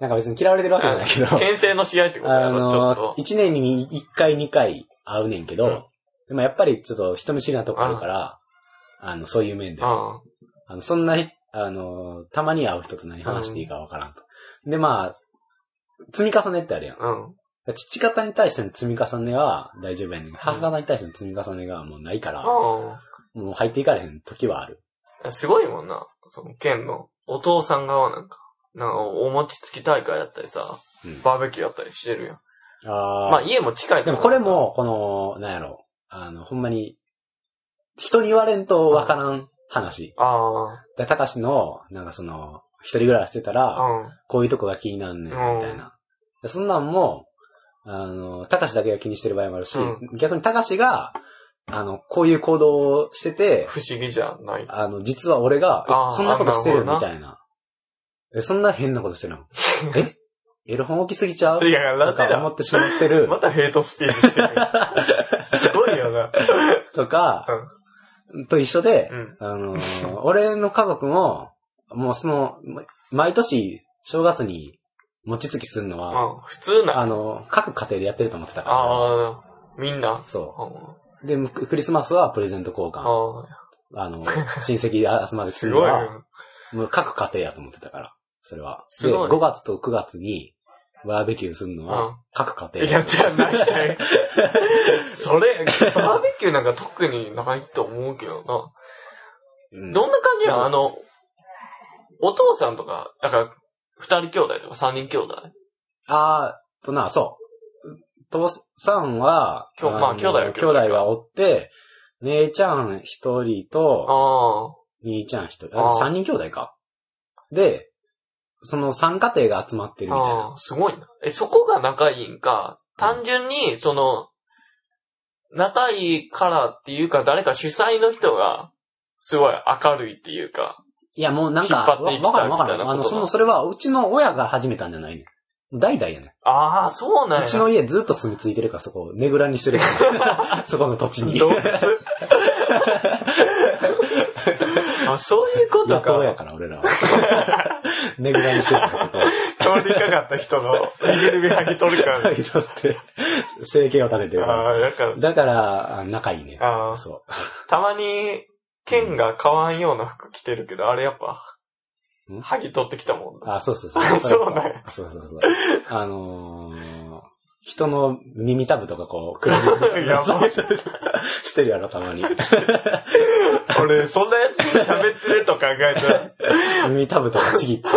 なんか別に嫌われてるわけじゃないけど。
じ。牽制の試合ってことや
あ
ろ、ちょっ
の
と、。
一年に一回二回会うねんけど、でもやっぱりちょっと人見知りなとこあるから、あの、そういう面で。あ
あ
の、そんな、あの、たまに会う人と何話していいかわからんと。で、まあ、積み重ねってあるやん。
あ、うん。
父方に対しての積み重ねは大丈夫やねんけど。母方に対しての積み重ねがもうないから、もう入っていかれへん時はある。
うん。すごいもんな。その、県のお父さん側なんか。なんか、お餅つき大会やったりさ、
うん
バーベキューやったりしてるやん。
あ
まあ、家も近いか
で
ら
もこれ、も、この、なんやろ、あの、ほんまに、人に言われんとわからん話。
あ
で、たかしの、なんかその、一人暮らししてたら、
あ、
こういうとこが気になんね
うん
ん、みたいな。でそんなんも、あの、たかしだけが気にしてる場合もあるし、
う
逆にたかしが、あの、こういう行動をして
うん。
て、
不思議じゃない。
あの、実は俺が、
あー
えそんなことしてる
なるほ
み
ど
たいな。え、そんな変なことしてるのえエロ本大きすぎちゃう
いや、な
と
んで
か思
だ。
ってしまっ
[laughs]
てる。
またヘイトスピーチしてる。すごいよな。
とか、と一緒で、
うん。
あのー俺の家族も、もうその、ま毎年正月に餅つきするの
あ
は、
普通な。
あの、各家庭でやってると思ってたか
ああ、みんな
ら。。そ
あ
う。で、むクリスマスはプレゼント交換。
ああ、
あの、親戚で集まるってい
す
うの
ごいよ
は、もう各家庭やと思ってたから、それは。
す
で、
ごい
5月と9月にバーベキューするの
うん
は、各家庭。
いや、じゃあない
[laughs]
ない。それ、バーベキューなんか特にないと思うけどな。
うん
どんな感じな
うん
のあの、お父さんとか、だから、二人兄弟とか三人兄弟
あーとな、そう。父さんは、
きょまあ
の
兄弟は
兄
兄弟か
弟がおって、姉ちゃん一人と、
ああ、
兄ちゃん一人、
あ
あ三人兄弟か。で、その三家庭が集まってるみたい
あ
な。
あ、すごいな。え、そこが仲いいんか、単純に、その、仲いいからっていうか、誰か主催の人が、すごい明るいっていうか、
いや、もうなんか、
引っ
わ
張っていきたい
わからんわか
みたい
らん。
な
あ
ことが
の、その、それは、うちの親が始めたんじゃないねん。代々やね
ああ、そうなん
ん。
や。
うちの家ずっと住み着いてるから、そこ、ねぐらにして
[laughs]
るから。そこの土地に。
動物あ、そういうこと
学校や
か。
から、俺ら
[laughs]
は。ねぐらにしてるから、そこは。
通りかかった人の、入れる [laughs] 目剥ぎ取る
だ
感
けどって、生計を立てて
じ。
るから。
ああ、だから、
だから、あ仲いいね。
ああ、
そ
たまに、剣が買わんような服着てるけど、あれやっぱ
ん、
剥ぎ取ってきたもん
う。
な。
あ、そうそうそう
あ。そうなん
ね。そうそうそう。あのー、人の耳たぶとかこう、黒い
[laughs] やばい
してるやろ、たまに。
俺、そんなやつに喋ってると考えたら、
耳たぶとかちぎって。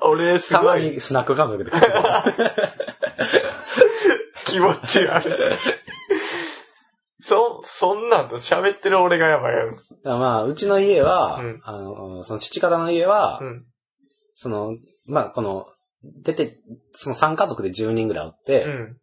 俺、 [laughs] す
た
ご
ま
い
にスナック感覚で食ってる。 [laughs]
気持ち悪い。そ、そんなんと喋ってる俺がやばいやろ。
だからまあ、うちの家は、
うん
あの、その父方の家は、
うん。
その、まあ、この、出て、その3家族で10人ぐらいおって、
うん。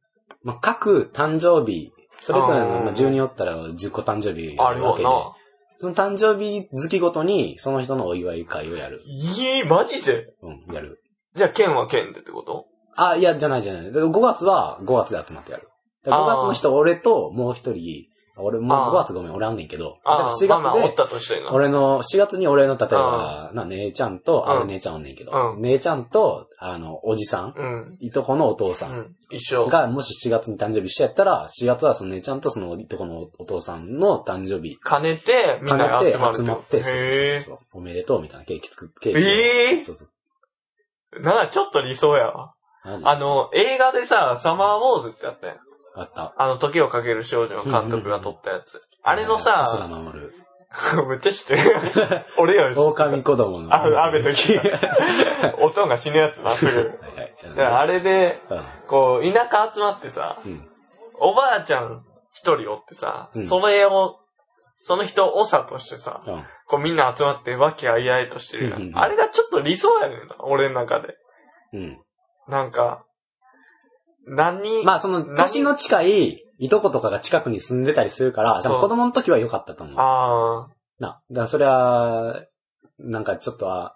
まあ、各誕生日、それぞれの、
あー
まあ、10人おったら10個誕生日
ある
わ
わ
けで
な。
その誕生日月ごとに、その人のお祝い会をやる。
いい、マジで
うん、やる。
じゃあ、剣は剣でってこと
あ、いや、じゃないじゃない。だから5月は5月で集まってやる。だから
あ
5
ー
月の人、俺ともう一人、俺、もう
あー
5月ごめん、俺あんねんけど。だか
あ
ら
あ、
7
まあまあ、おっ
月で、
たとしてな。
俺の、4月に俺の、例えば、な、姉ちゃんと、あ、
うん
俺姉ちゃんおんねんけど、
う
姉ちゃんと、あの、おじさん、
うん。
いとこのお父
う
さん
ん。一緒。
が、もし4月に誕生日してやったら、4月はその姉ちゃんとそのいとこのお父さんの誕生日、
兼ねて、みんな
兼ね
で
て
集まる
集まっ
こと
て、そうそうそうそうおめでとうみたいなケーキ作って、ケーキを
えー
そうそう。
へえ。なあ、ちょっと理想やわ。
マジで
あの、映画でさ、サマーウォーズってあったやん。
あった。
あの、時をかける少女の監督が撮ったやつ。あれの
浅田
さ、
守る。
めっちゃ知ってる。 [laughs] 俺より知ってる。
狼子供の。
あ、雨と雪。
[laughs]
音が死ぬやつな、すぐ。
はいはい
だからあれで、こう、田舎集まってさ、
うんうん
おばあちゃん一人おってさ、
うん
その絵を、その人を長としてさ、
うん
こうみんな集まって和気あいあいとしてるやん。
うんうんうん
あれがちょっと理想やねんな、俺の中で。
うん。
なんか、何、
まあ、その、年の近い、いとことかが近くに住んでたりするから、多
そう
分子供の時は良かったと思う。な。
あ
だからそれは、なんかちょっとは、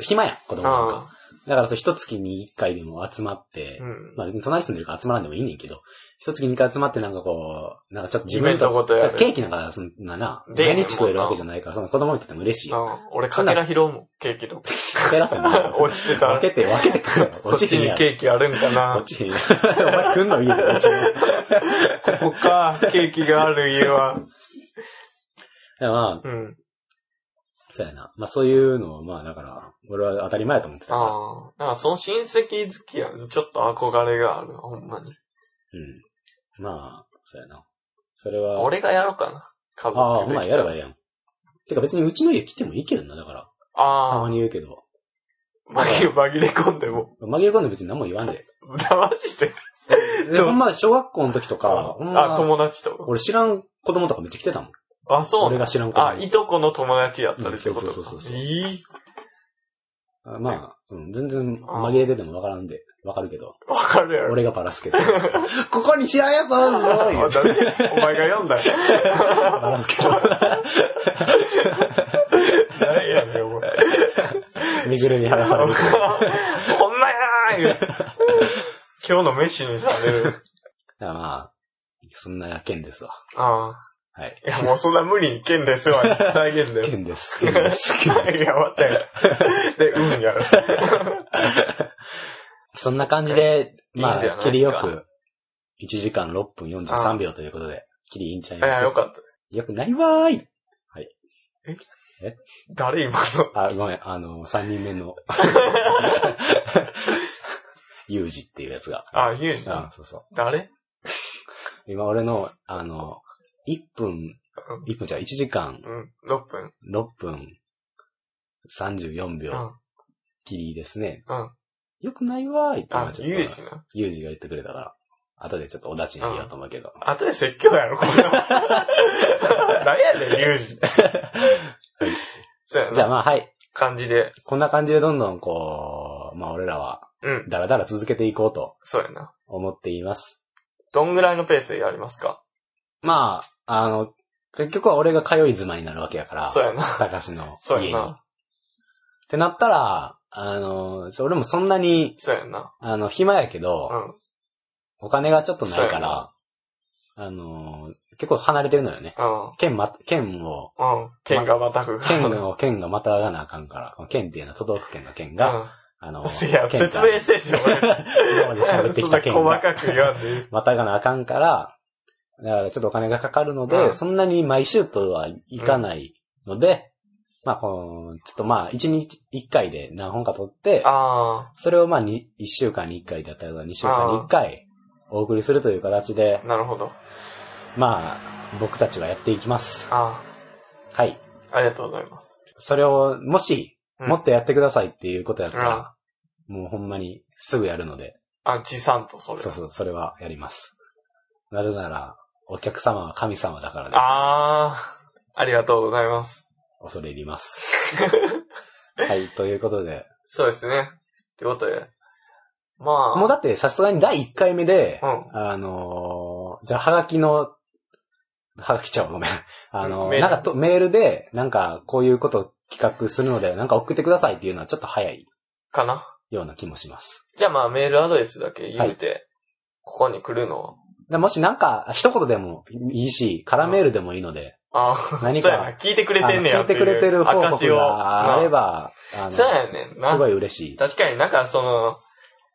暇やん、
ー
子供な
あ
んか。だからそう、一月に一回でも集まって
ー、、うん。
まあ別に隣住んでるから集まらんでもいいねんけど、一月に一回集まってなんかこう、なんかちょっと
自
自
分の
分と、
ことやる。
ケーキなんか、そんなな、
出えへんもんな
毎日食えるわけじゃないから、その子供にとっても嬉しいやん。
うん俺、かけら拾うもん、ケーキの。
[laughs] ペラってなる
落ちてたら
分、けて、分けてくる。
こっ
落
ち
ちへん
に
やん。
ケーキあるんかな
落。ちへんやん。お前来んの家で落ちへんやん。
ここか、ケーキがある家は。
でもまあ、
うん。
そうやな。まあそういうのは、まあだから、俺は当たり前やと思ってた。
ああ。だから、その親戚好きやね。ちょっと憧れがある、ほんまに。
うん。まあ、そうやな。それは。
俺がやろうかな。家族
ああ、
で
まあやればええやん。てか別にうちの家来てもいいけどな、だから。た
あ
まに言うけど。
あ、紛れ、紛れ込んでも。
紛れ込んで別に何も言わん
[laughs]
で。
騙して。
でほんま、小学校の時とか、ほんま
あ、友達と。
俺知らん子供とかめっちゃ来てたもん。
あ、そう
俺
なん
が知らん子供。
あ、いとこの友達やったりってこと
うんそうそうそう
か。
そう
いい
あまあ、うん、全然紛れててもわからんで、わかるけど。
わかるやろ。
俺がバ
[laughs]
ラすけど。ここに知らんやつおるぞ言
あ
うて
だってお前が読んだよ。
バラす
[laughs]
けど。
誰やねん、お前。
身ぐるみ剥がされる。
ほんまやー言う今日の飯にされる。
だからまあ、そんな件ですわ。
あ
はい。
あ。いや、もうそんな無理に剣ですわ、大変だ
[laughs]
よ。
件です。件です。件です
[laughs] いや、待って。で、うんやる。
そんな感じで、ま
いいんじゃ
あ、
ない
切
で
り
す
よ
か
く、1時間6分43秒ということで、切りいいんちゃい
いや、
ま
よ
す
かった。
よくないわーい。
誰今の。
あ、ごめん、あの、3人
[laughs]
目の、ユージっていうやつが。
あ、ゆうじ
あ、そうそう。
誰
今俺の、あの、1分、1分じゃ1時間
うん、6分。
6分34
う
秒
ん。
切りですね。
うん
よくないわーいって今
あ、
ちょっと、
ゆうじな。
ユージが言ってくれたから、後でちょっとおだちに言おうと思うけど。
あとで説教やろ、これ
[laughs]
は。誰やねん、ゆうじ。そうや
じゃあ
な。
まあはい。
感じで。
こんな感じでどんどんこう、まあ俺らは、
うん、
だらだら続けていこうと
そうやな。
思っています。
どんぐらいのペースでやりますか
まあ、あの、結局は俺が通い妻になるわけやから、
そうやな。
高志の
そう
家
や
に。っ
な。
てなったら、あの、ちょ俺もそんなに、
そうやな。
あの、暇やけど、
うん。
お金がちょっとない
そ
か
うやな
ら、あの、結構離れてるのよね。
うん。
県ま、県を、
うん。剣がまたぐ。
県
[laughs]
を、県がまたがなあかんから、県っていうのは都道府県の県が、あの、
うん。 [laughs] いや、
県
説
が
明せえし、俺。
今まで喋ってきた県
[laughs] そんな
が
細、かく言わんでいい。
またがなあかんから、だからちょっとお金がかかるの
う
で、
ん
そんなに毎週とはいかないので、まあこの、ちょっとまあ、1日1回で何本か撮って、
あ
それをまあに1週間に1回だったら2週間に1回お送りするという形で
あ、、なるほど。
まあ、僕たちはやっていきます。
あ
はい。
あ、ありがとうございます。
それを、もし、
うん
もっとやってくださいっていうことやったら、もうほんまにすぐやるので、
あ、ちさんとそれ。
そうそう、それはやります。なぜなら、お客様は神様だからね。
ああ、ありがとうござい
[laughs]
ます。
恐れ入ります。はい、ということで。
そうですね。ってことで。まあ。
もうだって、さすがに第1回目で、
うん。
あのーじゃあ、はがきの、はがきちゃう、ごめん。あのー
メール
なんかと、メールで、なんか、こういうことを企画するので、なんか送ってくださいっていうのはちょっと早い
かな。
ような気もします。
じゃあまあメールアドレスだけ言うて、ここに来るのを。
でもしなんか、一言でもいいし、空メールでもいいので、
ああ、
何か
そうやな。聞いてくれてんね
あ
や
の聞いてくれてる報
って
告
いう証を
があれば、あの、
そう
す
やねんな。
ごい嬉しい
確かになんかその、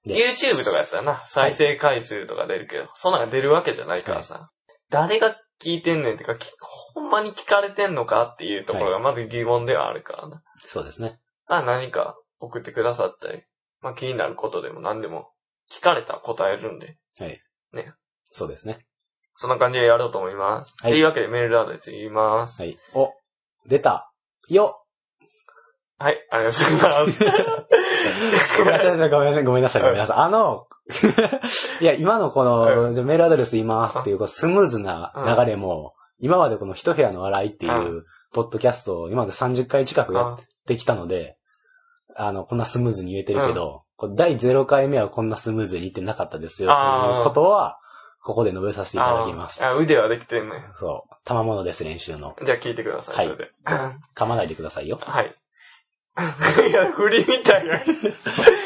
です。
YouTube とかやったらな、再生回数とか出るけど、そんなんが出るわけじゃないからさ、誰が聞いてんねんってか、きほんまに聞かれてんのかっていうところがまず疑問ではあるからな。
そうですね。
まあ何か送ってくださったり、まあ気になることでも何でも聞かれたら答えるんで、
はい。
ね。
そうですね。
そんな感じでやろうと思います。
はい
というわけでメールアドレス言います。
はい。お、出た。よ
はい、ありがとうございます。
[laughs] ごめんなさい、ごめんなさい、ごめんなさい、ごめんなさい。あの、 [laughs] いや、今のこの、じゃあメールアドレス言いますっていう、こうスムーズな流れも、今までこの一部屋の笑いっていうう、ポッドキャストを今まで30回近くやってきたので、あの、こんなスムーズに言えてるけど、こう第0回目はこんなスムーズに言ってなかったですよ、
あー
ということは、ここで述べさせていただきます。
ああ腕はできてんね
そう。賜物です、練習の。
じゃあ聞いてください、
はい
それで。
噛まないでくださいよ。
はい。 [laughs] いや、振りみたいな。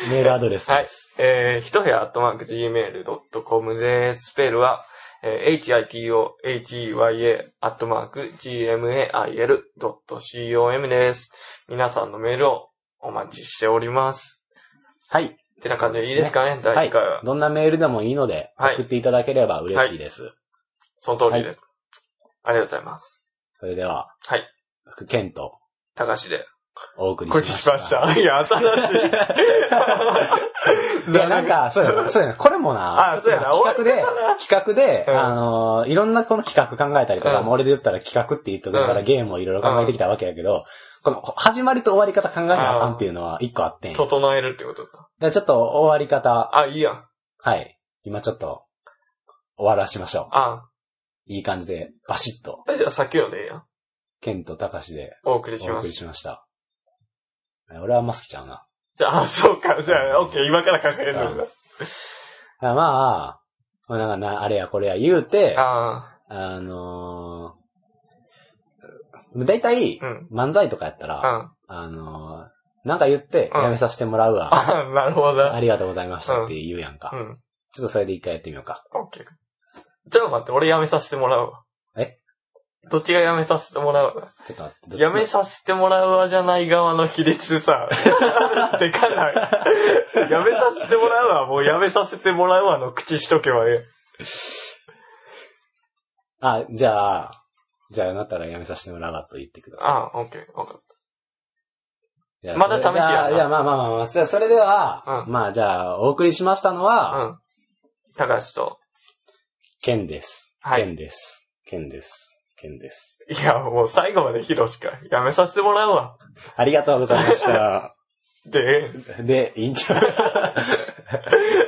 メールアドレス
は
で
い
す。。
えー、ひと部屋アットマーク gmail.com です。スペルは、えー、hitoheya アットマーク gmail.com です。皆さんのメールをお待ちしております。
はい。
ってな感じでいいですかね、
は
第1
い
回は。。
どんなメールでもいいので、
はい
送っていただければ嬉しいです。
その通りです。ありがとうございます。
それでは、
はい。
福健と、
高しで。
お送り
こっち
し
し
ま
ま
し。
したた。いや、新しい。
いや、
[laughs]
なん、か、そうやな、そうやな。これもな、
あそうやな
企画で、企画で、
うん
あのー、いろんなこの企画考えたりとか、
うん
もう俺で言ったら企画って言っときながら
うん
ゲームをいろいろ考えてきたわけやけど、この、始まりと終わり方考えなあかんっていうのは一個あってん。だか
整えるってことか。
らちょっと終わり方、
あ、いいやん。
はい。今ちょっと、終わらしましょ
あ、
う。いい感じで、バシッと、
じゃあ先読んでいいやん。
ケンとタカシで
お送りし
お
ま
送り
す。
しました。俺はあんま好きちゃうな。
じゃあ、そうか。じゃあ、オッケー、今から考えるの
あまあ、まあなんかな、あれやこれや言うて、あ
あ
のー、だいたい
あ、うん。
漫才とかやったら、
あ
あのー、なんか言って、
うん
やめさせてもらうわ。
あ、なるほど。
ありがとうございましたって言うやんか。
うん。
ちょっとそれで一回やってみようか。
オッケー。ちょっと待って、俺辞めさせてもらうわ。
え
どっちが辞めさせてもらうわ
ちょっと待って。
やめ
す
させてもらうわじゃない側の比率さ、 [laughs] でかない。やめさせてもらうわ、もうやめさせてもらうわの口しとけばえ
あ、じゃあ、じゃああなたがやめさせてもらうわと言ってくだ
え。
さ
ああ、オッケー、わかっ
い。じゃあ
まだ試しやな
それじゃあじゃあまあまあまあまあ、そそれでは、
う
まあじゃあ、お送りしましたの
た。
は、
うん。高橋と。
ケンです。
は
ケ
い。
ンです。ケンです。ケンです。
いや、もう最後までヒロしか、やめさせてもらうわ。
ありがとうございました。
で、
[laughs] で、いいんちゃう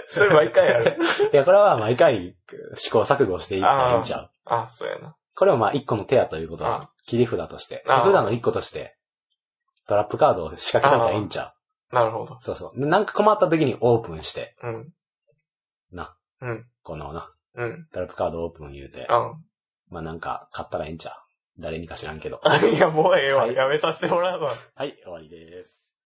それ毎回やる。
[laughs] いや、これは毎回試行錯誤していったらいいんちゃう。
あ、そうやな。
これをまあ一個の手やということ
あ
切り札として、
あ
手札の一個として、トラップカードを仕掛けた方がいいんちゃ
なるほど。
う。そうそう。なんか困った時にオープンして、
うん。
このな、
うん。
トラップカードオープン言うて、
う
まあなんか買ったらいいんちゃう。誰にか知らんけど。
[laughs] ん。いや、もうええわ。
はい
やめさせてもらうわ。
はい、終わりです。